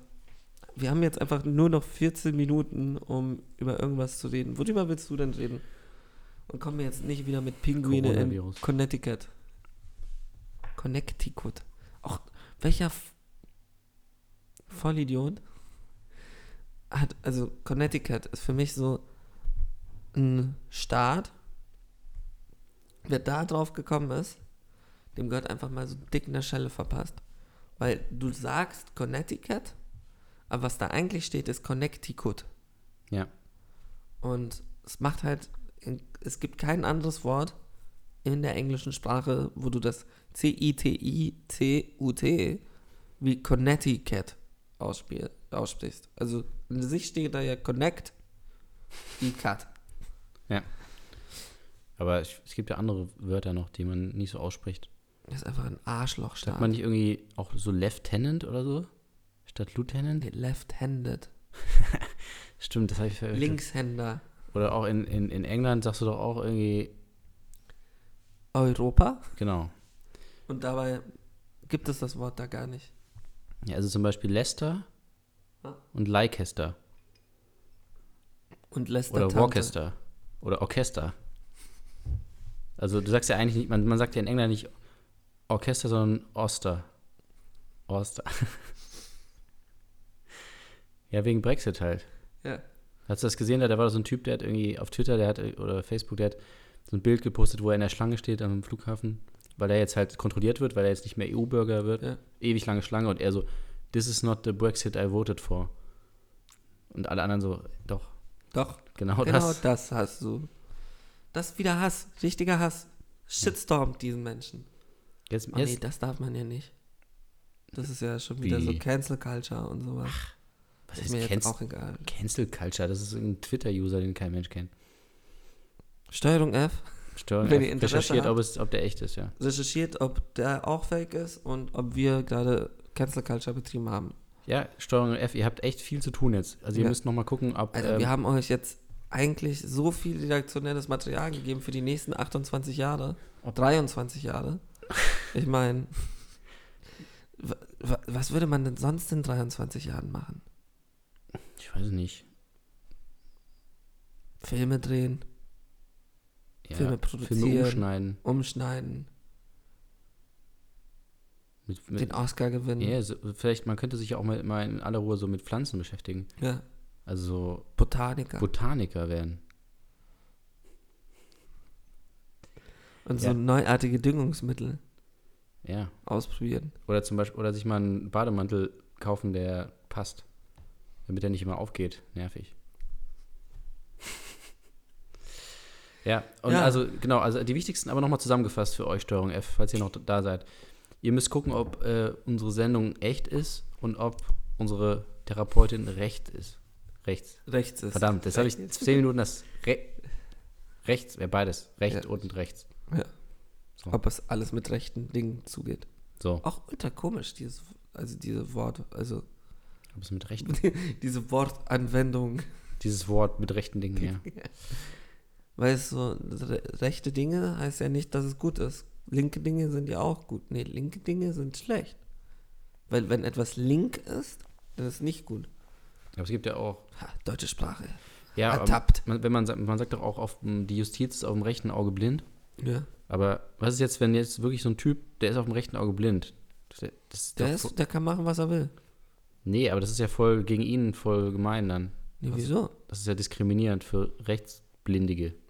[SPEAKER 3] Wir haben jetzt einfach nur noch 14 Minuten, um über irgendwas zu reden. Worüber willst du denn reden? Und kommen wir jetzt nicht wieder mit Pinguine in
[SPEAKER 4] Coronavirus.
[SPEAKER 3] Connecticut. Connecticut. Auch welcher F Vollidiot hat, also Connecticut ist für mich so ein Staat. Wer da drauf gekommen ist, dem gehört einfach mal so dick eine Schelle verpasst. Weil du sagst Connecticut, aber was da eigentlich steht, ist Connecticut.
[SPEAKER 4] Ja.
[SPEAKER 3] Und es macht halt, es gibt kein anderes Wort in der englischen Sprache, wo du das C-I-T-I-C-U-T wie Connecticut ausspiel, aussprichst. Also in sich steht da ja Connect, i Cut.
[SPEAKER 4] Aber ich, es gibt ja andere Wörter noch, die man nicht so ausspricht.
[SPEAKER 3] Das ist einfach ein Arschlochstaat.
[SPEAKER 4] Sagt man nicht irgendwie auch so Lieutenant oder so? Statt Lieutenant?
[SPEAKER 3] Nee, Left-handed.
[SPEAKER 4] Stimmt, das habe ich verwechselt.
[SPEAKER 3] Linkshänder.
[SPEAKER 4] Oder auch in, in, in England sagst du doch auch irgendwie,
[SPEAKER 3] Europa.
[SPEAKER 4] genau.
[SPEAKER 3] Und dabei gibt es das Wort da gar nicht.
[SPEAKER 4] Ja, also zum Beispiel Leicester und Leicester
[SPEAKER 3] Und Leicester
[SPEAKER 4] oder
[SPEAKER 3] Tante.
[SPEAKER 4] Worcester oder Orchester. Also du sagst ja eigentlich nicht, man, man sagt ja in England nicht Orchester, sondern Oster. Oster. (laughs) ja, wegen Brexit halt.
[SPEAKER 3] Ja.
[SPEAKER 4] Hast du das gesehen? Da da war so ein Typ, der hat irgendwie auf Twitter, der hat oder Facebook, der hat so ein Bild gepostet, wo er in der Schlange steht am Flughafen, weil er jetzt halt kontrolliert wird, weil er jetzt nicht mehr EU-Bürger wird.
[SPEAKER 3] Ja.
[SPEAKER 4] Ewig lange Schlange und er so, this is not the Brexit I voted for. Und alle anderen so, doch,
[SPEAKER 3] Doch,
[SPEAKER 4] genau,
[SPEAKER 3] genau das.
[SPEAKER 4] das.
[SPEAKER 3] hast du. Das ist wieder Hass, richtiger Hass. Shitstorm diesen Menschen.
[SPEAKER 4] Jetzt,
[SPEAKER 3] Oh, nee,
[SPEAKER 4] jetzt,
[SPEAKER 3] das darf man ja nicht. Das ist ja schon wieder so
[SPEAKER 4] Wie?
[SPEAKER 3] Cancel Culture und sowas.
[SPEAKER 4] was
[SPEAKER 3] ist
[SPEAKER 4] ist
[SPEAKER 3] mir jetzt
[SPEAKER 4] Cancel,
[SPEAKER 3] auch egal.
[SPEAKER 4] Cancel Culture? Das ist ein Twitter-User, den kein Mensch kennt.
[SPEAKER 3] Steuerung F
[SPEAKER 4] Steuern
[SPEAKER 3] Wenn ihr
[SPEAKER 4] F,
[SPEAKER 3] Interesse
[SPEAKER 4] recherchiert,
[SPEAKER 3] habt.
[SPEAKER 4] ob, es, ob der echt ist, ja.
[SPEAKER 3] recherchiert, ob der auch fake ist und ob wir gerade Cancel Culture betrieben haben.
[SPEAKER 4] Ja, Steuerung F, ihr habt echt viel zu tun jetzt. Also ihr
[SPEAKER 3] Ja.
[SPEAKER 4] müsst noch mal gucken, ob...
[SPEAKER 3] Also
[SPEAKER 4] ähm,
[SPEAKER 3] wir haben euch jetzt eigentlich so viel redaktionelles Material gegeben für die nächsten 28 Jahre, 23 Jahre. Ich meine, wa- wa- was würde man denn sonst in 23 Jahren machen?
[SPEAKER 4] Ich weiß nicht.
[SPEAKER 3] Filme drehen,
[SPEAKER 4] Ja,
[SPEAKER 3] Filme produzieren.
[SPEAKER 4] Filme umschneiden.
[SPEAKER 3] umschneiden,
[SPEAKER 4] Mit,
[SPEAKER 3] den
[SPEAKER 4] mit,
[SPEAKER 3] Oscar gewinnen.
[SPEAKER 4] ja, so, vielleicht, man könnte sich ja auch mal, mal in aller Ruhe so mit Pflanzen beschäftigen.
[SPEAKER 3] Ja,
[SPEAKER 4] Also
[SPEAKER 3] Botaniker.
[SPEAKER 4] Botaniker werden.
[SPEAKER 3] und
[SPEAKER 4] ja.
[SPEAKER 3] so neuartige Düngungsmittel
[SPEAKER 4] Ja.
[SPEAKER 3] ausprobieren.
[SPEAKER 4] Oder zum Beispiel, oder sich mal einen Bademantel kaufen, der passt. Damit er nicht immer aufgeht. Nervig. (laughs) ja, und
[SPEAKER 3] Ja.
[SPEAKER 4] also, genau, also die wichtigsten aber nochmal zusammengefasst für euch, Steuerung F, falls ihr noch da seid. Ihr müsst gucken, ob äh, unsere Sendung echt ist und ob unsere Therapeutin recht ist. Rechts.
[SPEAKER 3] Rechts ist.
[SPEAKER 4] Verdammt, jetzt habe ich
[SPEAKER 3] Rechts.
[SPEAKER 4] zehn Minuten das Re rechts, ja, beides, rechts
[SPEAKER 3] Ja.
[SPEAKER 4] und rechts.
[SPEAKER 3] Ja.
[SPEAKER 4] So.
[SPEAKER 3] Ob es alles mit rechten Dingen zugeht.
[SPEAKER 4] So,
[SPEAKER 3] Auch ultra komisch, dieses, also diese Wort, also (laughs)
[SPEAKER 4] ob es mit rechten
[SPEAKER 3] diese Wortanwendung.
[SPEAKER 4] Dieses Wort mit rechten Dingen, (laughs) ja.
[SPEAKER 3] Weil es so re rechte Dinge heißt ja nicht, dass es gut ist. Linke Dinge sind ja auch gut. Nee, linke Dinge sind schlecht. Weil wenn etwas link ist, dann ist es nicht gut.
[SPEAKER 4] Aber es gibt ja auch.
[SPEAKER 3] Ha, deutsche Sprache.
[SPEAKER 4] Ja, aber
[SPEAKER 3] Ertappt.
[SPEAKER 4] Man, wenn man, sagt- man sagt doch auch, auf, dem- die Justiz ist auf dem rechten Auge blind.
[SPEAKER 3] Ja.
[SPEAKER 4] Aber was ist jetzt, wenn jetzt wirklich so ein Typ, der ist auf dem rechten Auge blind? Das, das
[SPEAKER 3] Der,
[SPEAKER 4] doch
[SPEAKER 3] ist,
[SPEAKER 4] voll-
[SPEAKER 3] der kann machen, was er will.
[SPEAKER 4] nee, aber das ist ja voll gegen ihn voll gemein dann.
[SPEAKER 3] Nee, wieso?
[SPEAKER 4] Das ist ja diskriminierend für Rechtsblindige. (laughs)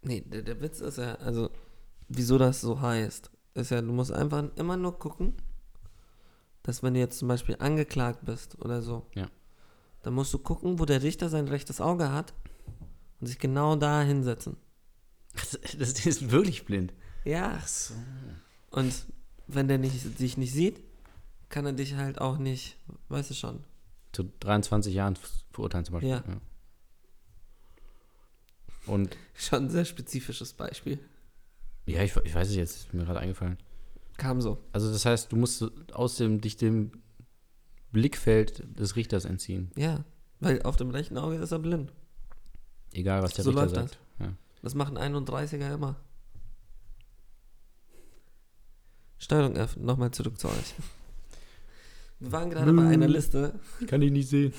[SPEAKER 3] Nee, der, der Witz ist ja, also, wieso das so heißt, ist ja, du musst einfach immer nur gucken, dass wenn du jetzt zum Beispiel angeklagt bist oder so,
[SPEAKER 4] Ja.
[SPEAKER 3] dann musst du gucken, wo der Richter sein rechtes Auge hat und sich genau da hinsetzen.
[SPEAKER 4] Das, das die ist wirklich blind.
[SPEAKER 3] Ja. Und wenn der nicht, dich nicht sieht, kann er dich halt auch nicht, weißt du schon.
[SPEAKER 4] Zu 23 Jahren verurteilen zum Beispiel.
[SPEAKER 3] Ja.
[SPEAKER 4] Und
[SPEAKER 3] Schon ein sehr spezifisches Beispiel.
[SPEAKER 4] ja, ich, ich weiß es jetzt, ist mir gerade eingefallen.
[SPEAKER 3] Kam so.
[SPEAKER 4] Also das heißt, du musst so aus dem, dich dem Blickfeld des Richters entziehen.
[SPEAKER 3] Ja. Weil auf dem rechten Auge ist er blind.
[SPEAKER 4] Egal, was der
[SPEAKER 3] So
[SPEAKER 4] Richter
[SPEAKER 3] läuft
[SPEAKER 4] sagt. Ja.
[SPEAKER 3] Das machen 31er immer. Steuerung F, nochmal zurück zu euch. Wir waren gerade bei einer Liste.
[SPEAKER 4] Kann ich nicht sehen.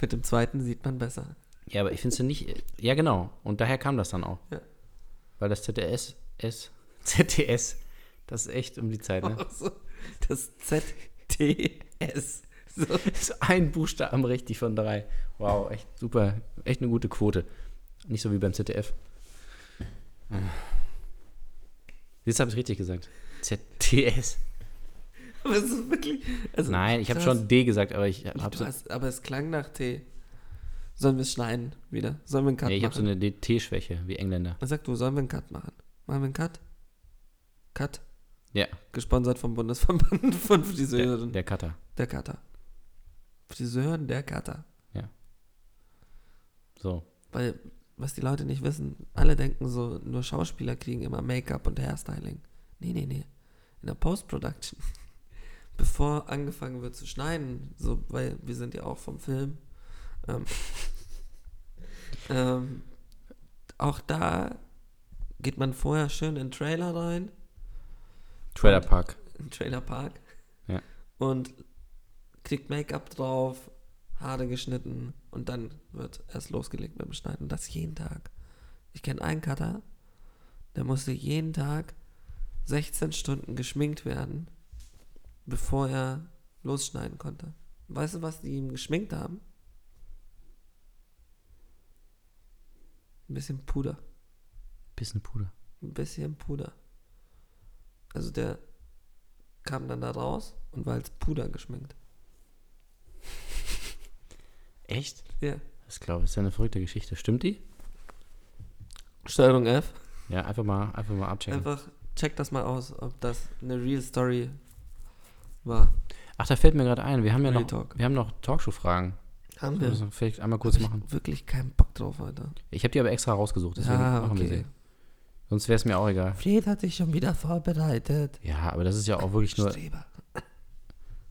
[SPEAKER 3] Mit dem zweiten sieht man besser.
[SPEAKER 4] Ja, aber ich finde es ja nicht. Ja, genau. Und daher kam das dann auch.
[SPEAKER 3] Ja.
[SPEAKER 4] Weil das ZDS, S, (laughs) ZDS, das ist echt um die Zeit, ne?
[SPEAKER 3] Also, Das ZTS. So. (laughs)
[SPEAKER 4] Das ist ein Buchstaben richtig von drei. Wow, echt super. Echt eine gute Quote. Nicht so wie beim ZDF. Ah. Jetzt habe ich richtig gesagt. ZDS.
[SPEAKER 3] Aber es ist wirklich. Also,
[SPEAKER 4] Nein, ich habe
[SPEAKER 3] krass.
[SPEAKER 4] schon D gesagt, aber ich
[SPEAKER 3] Du
[SPEAKER 4] habe so,
[SPEAKER 3] hast, aber es klang nach T. Sollen wir es schneiden wieder? Sollen wir einen Cut
[SPEAKER 4] nee, ich hab so
[SPEAKER 3] machen?
[SPEAKER 4] eine DT-Schwäche wie Engländer.
[SPEAKER 3] Sag du, sollen wir einen Cut machen? Machen wir einen Cut? Cut?
[SPEAKER 4] Ja,
[SPEAKER 3] Gesponsert vom Bundesverband (laughs) von
[SPEAKER 4] der,
[SPEAKER 3] Friseuren.
[SPEAKER 4] der Cutter.
[SPEAKER 3] Der Kater. Friseur, der Kater.
[SPEAKER 4] So.
[SPEAKER 3] Weil, was die Leute nicht wissen, alle denken so, nur Schauspieler kriegen immer Make-up und Hairstyling. Nee, nee, nee. In der Post-Production. (laughs) Bevor angefangen wird zu schneiden, so, weil wir sind ja auch vom Film. Ähm, ähm, auch da geht man vorher schön in den Trailer rein,
[SPEAKER 4] Trailer Park.
[SPEAKER 3] in den Trailer Park.
[SPEAKER 4] Ja.
[SPEAKER 3] Und kriegt Make-up drauf, Haare geschnitten und dann wird erst losgelegt mit dem Schneiden. Und das jeden Tag. Ich kenne einen Cutter, der musste jeden Tag 16 Stunden geschminkt werden, bevor er losschneiden konnte. Weißt du, was die ihm geschminkt haben? Ein bisschen Puder.
[SPEAKER 4] Bisschen Puder.
[SPEAKER 3] Ein bisschen Puder. Also der kam dann da raus und war als Puder geschminkt.
[SPEAKER 4] Echt?
[SPEAKER 3] Ja.
[SPEAKER 4] Das glaube ich, ist ja eine verrückte Geschichte. Stimmt die?
[SPEAKER 3] Steuerung F.
[SPEAKER 4] Ja, einfach mal, einfach mal abchecken.
[SPEAKER 3] Einfach check das mal aus, ob das eine Real Story war.
[SPEAKER 4] Ach, da fällt mir gerade ein, wir haben ja
[SPEAKER 3] Real
[SPEAKER 4] noch,
[SPEAKER 3] Talk.
[SPEAKER 4] wir haben noch Talkshow-Fragen.
[SPEAKER 3] Haben
[SPEAKER 4] Das
[SPEAKER 3] wir.
[SPEAKER 4] müssen wir vielleicht einmal kurz machen.
[SPEAKER 3] Wirklich keinen Bock drauf, Alter.
[SPEAKER 4] Ich habe die aber extra rausgesucht, deswegen
[SPEAKER 3] Ah,
[SPEAKER 4] machen wir
[SPEAKER 3] okay.
[SPEAKER 4] sie. Sonst wäre es mir auch egal.
[SPEAKER 3] Fred hat sich schon wieder vorbereitet.
[SPEAKER 4] Ja, aber das ist ja auch wirklich nur,
[SPEAKER 3] Streber.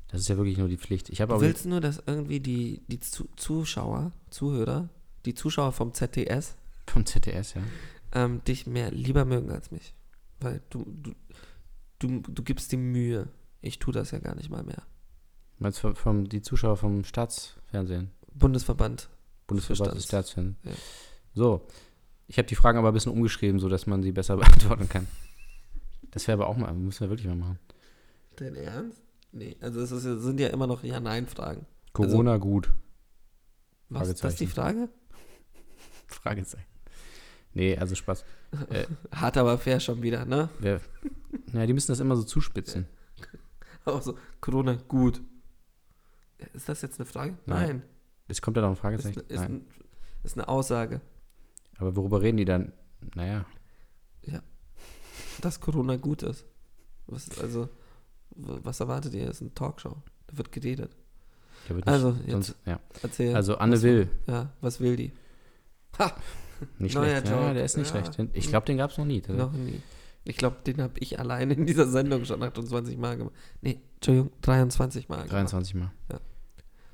[SPEAKER 4] das ist ja wirklich nur die Pflicht. Ich habe
[SPEAKER 3] Du
[SPEAKER 4] aber
[SPEAKER 3] willst nur, dass irgendwie die, die Zu Zuschauer, Zuhörer, die Zuschauer vom ZTS
[SPEAKER 4] (laughs) vom ZDS, ja.
[SPEAKER 3] ähm, dich mehr lieber mögen als mich. Weil du, du, du, du gibst dir Mühe. Ich tue das ja gar nicht mal mehr.
[SPEAKER 4] Meinst du vom, vom, die Zuschauer vom Staatsfernsehen?
[SPEAKER 3] Bundesverband.
[SPEAKER 4] Bundesverband
[SPEAKER 3] Verstands.
[SPEAKER 4] des Staatsfernsehens.
[SPEAKER 3] Ja.
[SPEAKER 4] So. Ich habe die Fragen aber ein bisschen umgeschrieben, sodass man sie besser (laughs) beantworten kann. Das wäre aber auch mal, müssen wir wirklich mal machen.
[SPEAKER 3] Dein Ernst? Nee, also es ist, es sind ja immer noch Ja-Nein-Fragen.
[SPEAKER 4] Corona gut. (laughs)
[SPEAKER 3] Was ist das die Frage?
[SPEAKER 4] Fragezeichen. Nee, also Spaß.
[SPEAKER 3] Hart aber fair schon wieder, ne? (laughs)
[SPEAKER 4] Wer, na, die müssen das immer so zuspitzen.
[SPEAKER 3] Auch so, Corona, gut. Ist das jetzt eine Frage?
[SPEAKER 4] Nein.
[SPEAKER 3] Nein.
[SPEAKER 4] Es kommt ja noch ein
[SPEAKER 3] Ist,
[SPEAKER 4] Fragezeichen.
[SPEAKER 3] ne- ist,
[SPEAKER 4] Nein.
[SPEAKER 3] ein, ist eine Aussage,
[SPEAKER 4] Aber worüber reden die dann? Naja,
[SPEAKER 3] dass Corona gut ist. Was, ist also, w- was erwartet ihr? Ist eine Talkshow. Da wird geredet.
[SPEAKER 4] da wird nicht,
[SPEAKER 3] Also, jetzt-
[SPEAKER 4] sonst, ja.
[SPEAKER 3] Erzähl.
[SPEAKER 4] Also Anne
[SPEAKER 3] was,
[SPEAKER 4] Will,
[SPEAKER 3] Ja, was will die? Ha!
[SPEAKER 4] nicht
[SPEAKER 3] Neuer
[SPEAKER 4] schlecht. Ja,
[SPEAKER 3] Joke,
[SPEAKER 4] der ist nicht
[SPEAKER 3] ja. Mhm.
[SPEAKER 4] schlecht. Ich glaube, den gab es noch nie.
[SPEAKER 3] Noch nie. Ich glaube, den habe ich alleine in dieser Sendung schon 28 Mal gemacht. Nee, Entschuldigung, 23 Mal. gemacht.
[SPEAKER 4] 23 Mal.
[SPEAKER 3] Ja.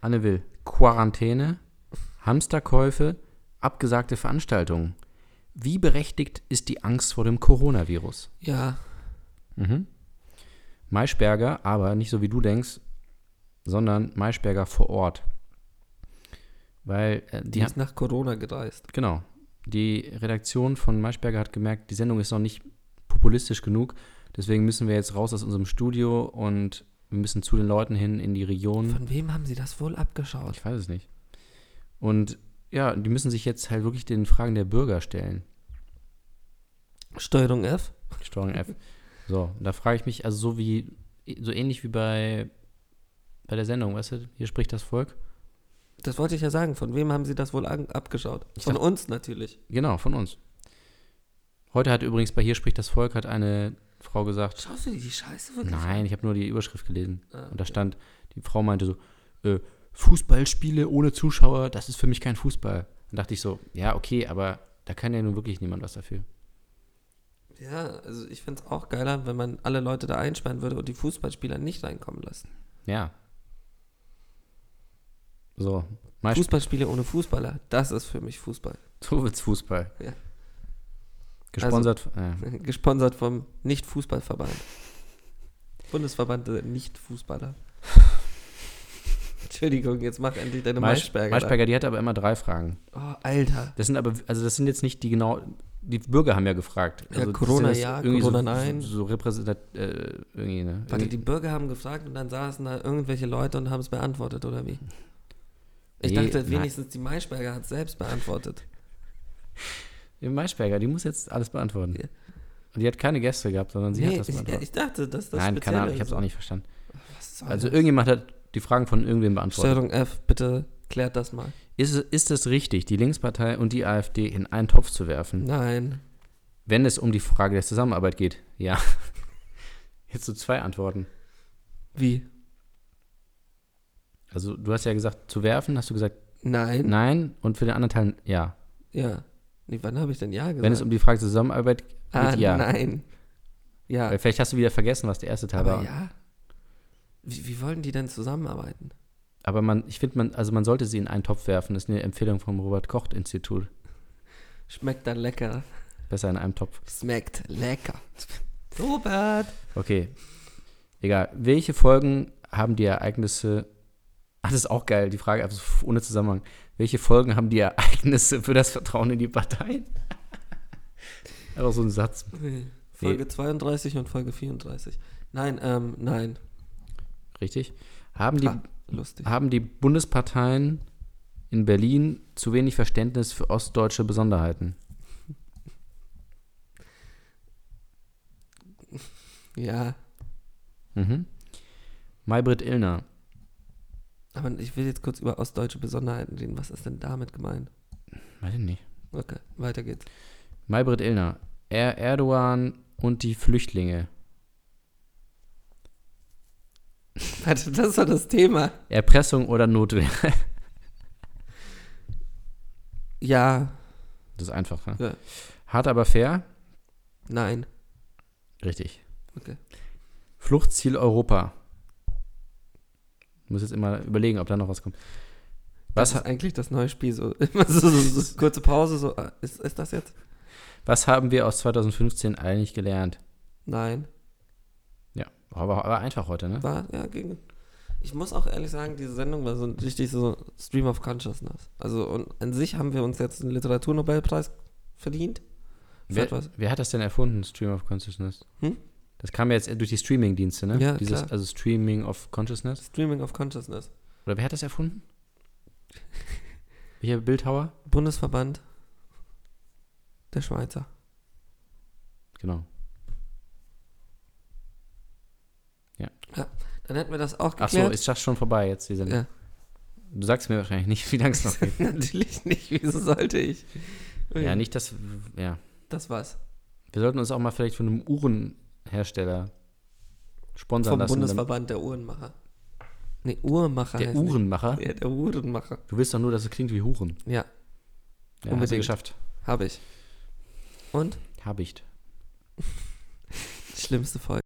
[SPEAKER 4] Anne Will, Quarantäne, Hamsterkäufe, abgesagte Veranstaltungen. Wie berechtigt ist die Angst vor dem Coronavirus?
[SPEAKER 3] Ja,
[SPEAKER 4] Mhm. Maischberger, aber nicht so wie du denkst, sondern Maischberger vor Ort. Weil äh,
[SPEAKER 3] die
[SPEAKER 4] die hat,
[SPEAKER 3] ist nach Corona gereist.
[SPEAKER 4] genau, die Redaktion von Maischberger hat gemerkt, die Sendung ist noch nicht populistisch genug, deswegen müssen wir jetzt raus aus unserem Studio und wir müssen zu den Leuten hin in die Region.
[SPEAKER 3] Von wem haben sie das wohl abgeschaut?
[SPEAKER 4] Ich weiß es nicht. Und ja, die müssen sich jetzt halt wirklich den Fragen der Bürger stellen.
[SPEAKER 3] Steuerung F?
[SPEAKER 4] Steuerung F. So, und da frage ich mich, also so wie, so ähnlich wie bei, bei der Sendung, weißt du, hier spricht das Volk.
[SPEAKER 3] Das wollte ich ja sagen. Von wem haben sie das wohl an, abgeschaut?
[SPEAKER 4] Ich
[SPEAKER 3] Von
[SPEAKER 4] dacht-
[SPEAKER 3] uns natürlich.
[SPEAKER 4] Genau, von uns. Heute hat übrigens bei Hier spricht das Volk hat eine Frau gesagt,
[SPEAKER 3] Schaust du dir die Scheiße wirklich
[SPEAKER 4] nein, ich habe nur die Überschrift gelesen.
[SPEAKER 3] Ah,
[SPEAKER 4] Und da stand, die Frau meinte so, äh, Fußballspiele ohne Zuschauer, das ist für mich kein Fußball. Dann dachte ich so, ja, okay, aber da kann ja nun wirklich niemand was dafür.
[SPEAKER 3] Ja, also ich fände es auch geiler, wenn man alle Leute da einsperren würde und die Fußballspieler nicht reinkommen lässt.
[SPEAKER 4] Ja. So, mal
[SPEAKER 3] Fußballspiele ohne Fußballer, das ist für mich Fußball.
[SPEAKER 4] so wird's Fußball.
[SPEAKER 3] Ja. Also,
[SPEAKER 4] Gesponsert. äh,
[SPEAKER 3] (laughs) Gesponsert vom Nicht-Fußballverband. Bundesverband der
[SPEAKER 4] (laughs)
[SPEAKER 3] Nicht-Fußballer. Entschuldigung, jetzt mach endlich deine
[SPEAKER 4] Maisch-
[SPEAKER 3] Maischberger. da.
[SPEAKER 4] Maischberger, die hatte aber immer drei Fragen.
[SPEAKER 3] Oh, Alter.
[SPEAKER 4] Das sind aber, also das sind jetzt nicht die genau, die Bürger haben ja gefragt.
[SPEAKER 3] Ja,
[SPEAKER 4] Also das
[SPEAKER 3] Corona
[SPEAKER 4] sind jetzt
[SPEAKER 3] ja,
[SPEAKER 4] irgendwie
[SPEAKER 3] Corona
[SPEAKER 4] so,
[SPEAKER 3] nein.
[SPEAKER 4] So, so repräsentativ, äh, irgendwie, ne?
[SPEAKER 3] Warte, die
[SPEAKER 4] irgendwie,
[SPEAKER 3] Bürger haben gefragt und dann saßen da irgendwelche Leute und haben es beantwortet, oder wie? Ich
[SPEAKER 4] Nee,
[SPEAKER 3] dachte,
[SPEAKER 4] nein.
[SPEAKER 3] wenigstens die Maischberger hat es selbst beantwortet.
[SPEAKER 4] die Maischberger, die muss jetzt alles beantworten.
[SPEAKER 3] Ja.
[SPEAKER 4] Und die hat keine Gäste gehabt, sondern sie hat
[SPEAKER 3] Nee,
[SPEAKER 4] das
[SPEAKER 3] ich,
[SPEAKER 4] beantwortet.
[SPEAKER 3] ich dachte, dass das
[SPEAKER 4] nein, keine
[SPEAKER 3] speziell Ah,
[SPEAKER 4] Ahnung,
[SPEAKER 3] ist.
[SPEAKER 4] ich hab's auch nicht verstanden.
[SPEAKER 3] Was soll
[SPEAKER 4] Also
[SPEAKER 3] das?
[SPEAKER 4] irgendjemand hat die Fragen von irgendwem beantwortet.
[SPEAKER 3] Steuerung F, bitte klärt das mal.
[SPEAKER 4] Ist, es- ist es richtig, die Linkspartei und die AfD in einen Topf zu werfen,
[SPEAKER 3] Nein.
[SPEAKER 4] wenn es um die Frage der Zusammenarbeit geht? Ja. (laughs) Jetzt so zwei Antworten.
[SPEAKER 3] Wie?
[SPEAKER 4] Also du hast ja gesagt, zu werfen, hast du gesagt
[SPEAKER 3] Nein.
[SPEAKER 4] nein und für den anderen Teil ja.
[SPEAKER 3] Ja. Nee, wann habe ich denn Ja gesagt?
[SPEAKER 4] Wenn es um die Frage der Zusammenarbeit geht,
[SPEAKER 3] ah,
[SPEAKER 4] ja.
[SPEAKER 3] nein. Ja.
[SPEAKER 4] Weil vielleicht hast du wieder vergessen, was der erste Teil
[SPEAKER 3] aber
[SPEAKER 4] war.
[SPEAKER 3] ja. Wie, wie wollen die denn zusammenarbeiten?
[SPEAKER 4] Aber man, ich finde, man, also man sollte sie in einen Topf werfen. Das ist eine Empfehlung vom Robert-Koch-Institut.
[SPEAKER 3] Schmeckt dann lecker.
[SPEAKER 4] Besser in einem Topf.
[SPEAKER 3] Schmeckt lecker. Robert.
[SPEAKER 4] Okay. Egal. Welche Folgen haben die Ereignisse. Ach, das ist auch geil, die Frage, also ohne Zusammenhang. Welche Folgen haben die Ereignisse für das Vertrauen in die Parteien? (laughs) Einfach so ein Satz.
[SPEAKER 3] Nee, Folge 32 und Folge 34. Nein, ähm, nein.
[SPEAKER 4] Richtig. Haben die,
[SPEAKER 3] Ah, lustig.
[SPEAKER 4] haben die Bundesparteien in Berlin zu wenig Verständnis für ostdeutsche Besonderheiten?
[SPEAKER 3] Ja.
[SPEAKER 4] Mhm. Maybrit Illner.
[SPEAKER 3] Aber ich will jetzt kurz über ostdeutsche Besonderheiten reden. Was ist denn damit gemeint?
[SPEAKER 4] Weiß ich nicht.
[SPEAKER 3] Okay, weiter geht's.
[SPEAKER 4] Maybrit Illner. Er Erdogan und die Flüchtlinge.
[SPEAKER 3] Warte, das war das Thema.
[SPEAKER 4] Erpressung oder Notwehr?
[SPEAKER 3] Ja,
[SPEAKER 4] Das ist einfach, ne?
[SPEAKER 3] Ja.
[SPEAKER 4] Hart aber fair?
[SPEAKER 3] nein.
[SPEAKER 4] Richtig.
[SPEAKER 3] Okay.
[SPEAKER 4] Fluchtziel Europa. Ich muss jetzt immer überlegen, ob da noch was kommt.
[SPEAKER 3] das
[SPEAKER 4] Was,
[SPEAKER 3] ist
[SPEAKER 4] ha-
[SPEAKER 3] eigentlich das neue Spiel? So, (laughs) immer so, so, so kurze Pause, so, ah, ist, ist das jetzt?
[SPEAKER 4] was haben wir aus 2015 eigentlich gelernt?
[SPEAKER 3] Nein.
[SPEAKER 4] Ja, aber, aber einfach heute, ne?
[SPEAKER 3] War, ja, ging. Ich muss auch ehrlich sagen, diese Sendung war so ein richtig so Stream of Consciousness. Also und an sich haben wir uns jetzt einen Literaturnobelpreis verdient. Für
[SPEAKER 4] Wer,
[SPEAKER 3] etwas.
[SPEAKER 4] wer hat das denn erfunden, Stream of Consciousness?
[SPEAKER 3] Hm?
[SPEAKER 4] Das kam ja jetzt durch die Streaming-Dienste, ne?
[SPEAKER 3] Ja,
[SPEAKER 4] Dieses,
[SPEAKER 3] klar.
[SPEAKER 4] Also Streaming of Consciousness.
[SPEAKER 3] Streaming of Consciousness.
[SPEAKER 4] Oder wer hat
[SPEAKER 3] (laughs)
[SPEAKER 4] das erfunden? Welcher Bildhauer?
[SPEAKER 3] Bundesverband der Schweizer.
[SPEAKER 4] Genau.
[SPEAKER 3] Dann hätten wir das auch
[SPEAKER 4] Ach so,
[SPEAKER 3] geklärt.
[SPEAKER 4] ist das schon vorbei jetzt, die Sendung?
[SPEAKER 3] Ja.
[SPEAKER 4] Du sagst mir wahrscheinlich nicht, (laughs) wie lange
[SPEAKER 3] (laughs)
[SPEAKER 4] es noch geht.
[SPEAKER 3] Natürlich nicht. Wieso sollte ich? Ui,
[SPEAKER 4] ja, nicht das, ja.
[SPEAKER 3] Das war's.
[SPEAKER 4] Wir sollten uns auch mal vielleicht von einem Uhrenhersteller sponsern
[SPEAKER 3] Vom
[SPEAKER 4] lassen. damit-
[SPEAKER 3] Bundesverband der Uhrenmacher. Nee, Uhrmacher
[SPEAKER 4] Der
[SPEAKER 3] heißt nicht.
[SPEAKER 4] Uhrenmacher?
[SPEAKER 3] Ja, der Uhrenmacher.
[SPEAKER 4] Du willst doch nur, dass es klingt wie Huren.
[SPEAKER 3] Ja,
[SPEAKER 4] Ja, hast du
[SPEAKER 3] Unbedingt.
[SPEAKER 4] geschafft.
[SPEAKER 3] habe ich. Und?
[SPEAKER 4] Habicht.
[SPEAKER 3] Schlimmste Folge.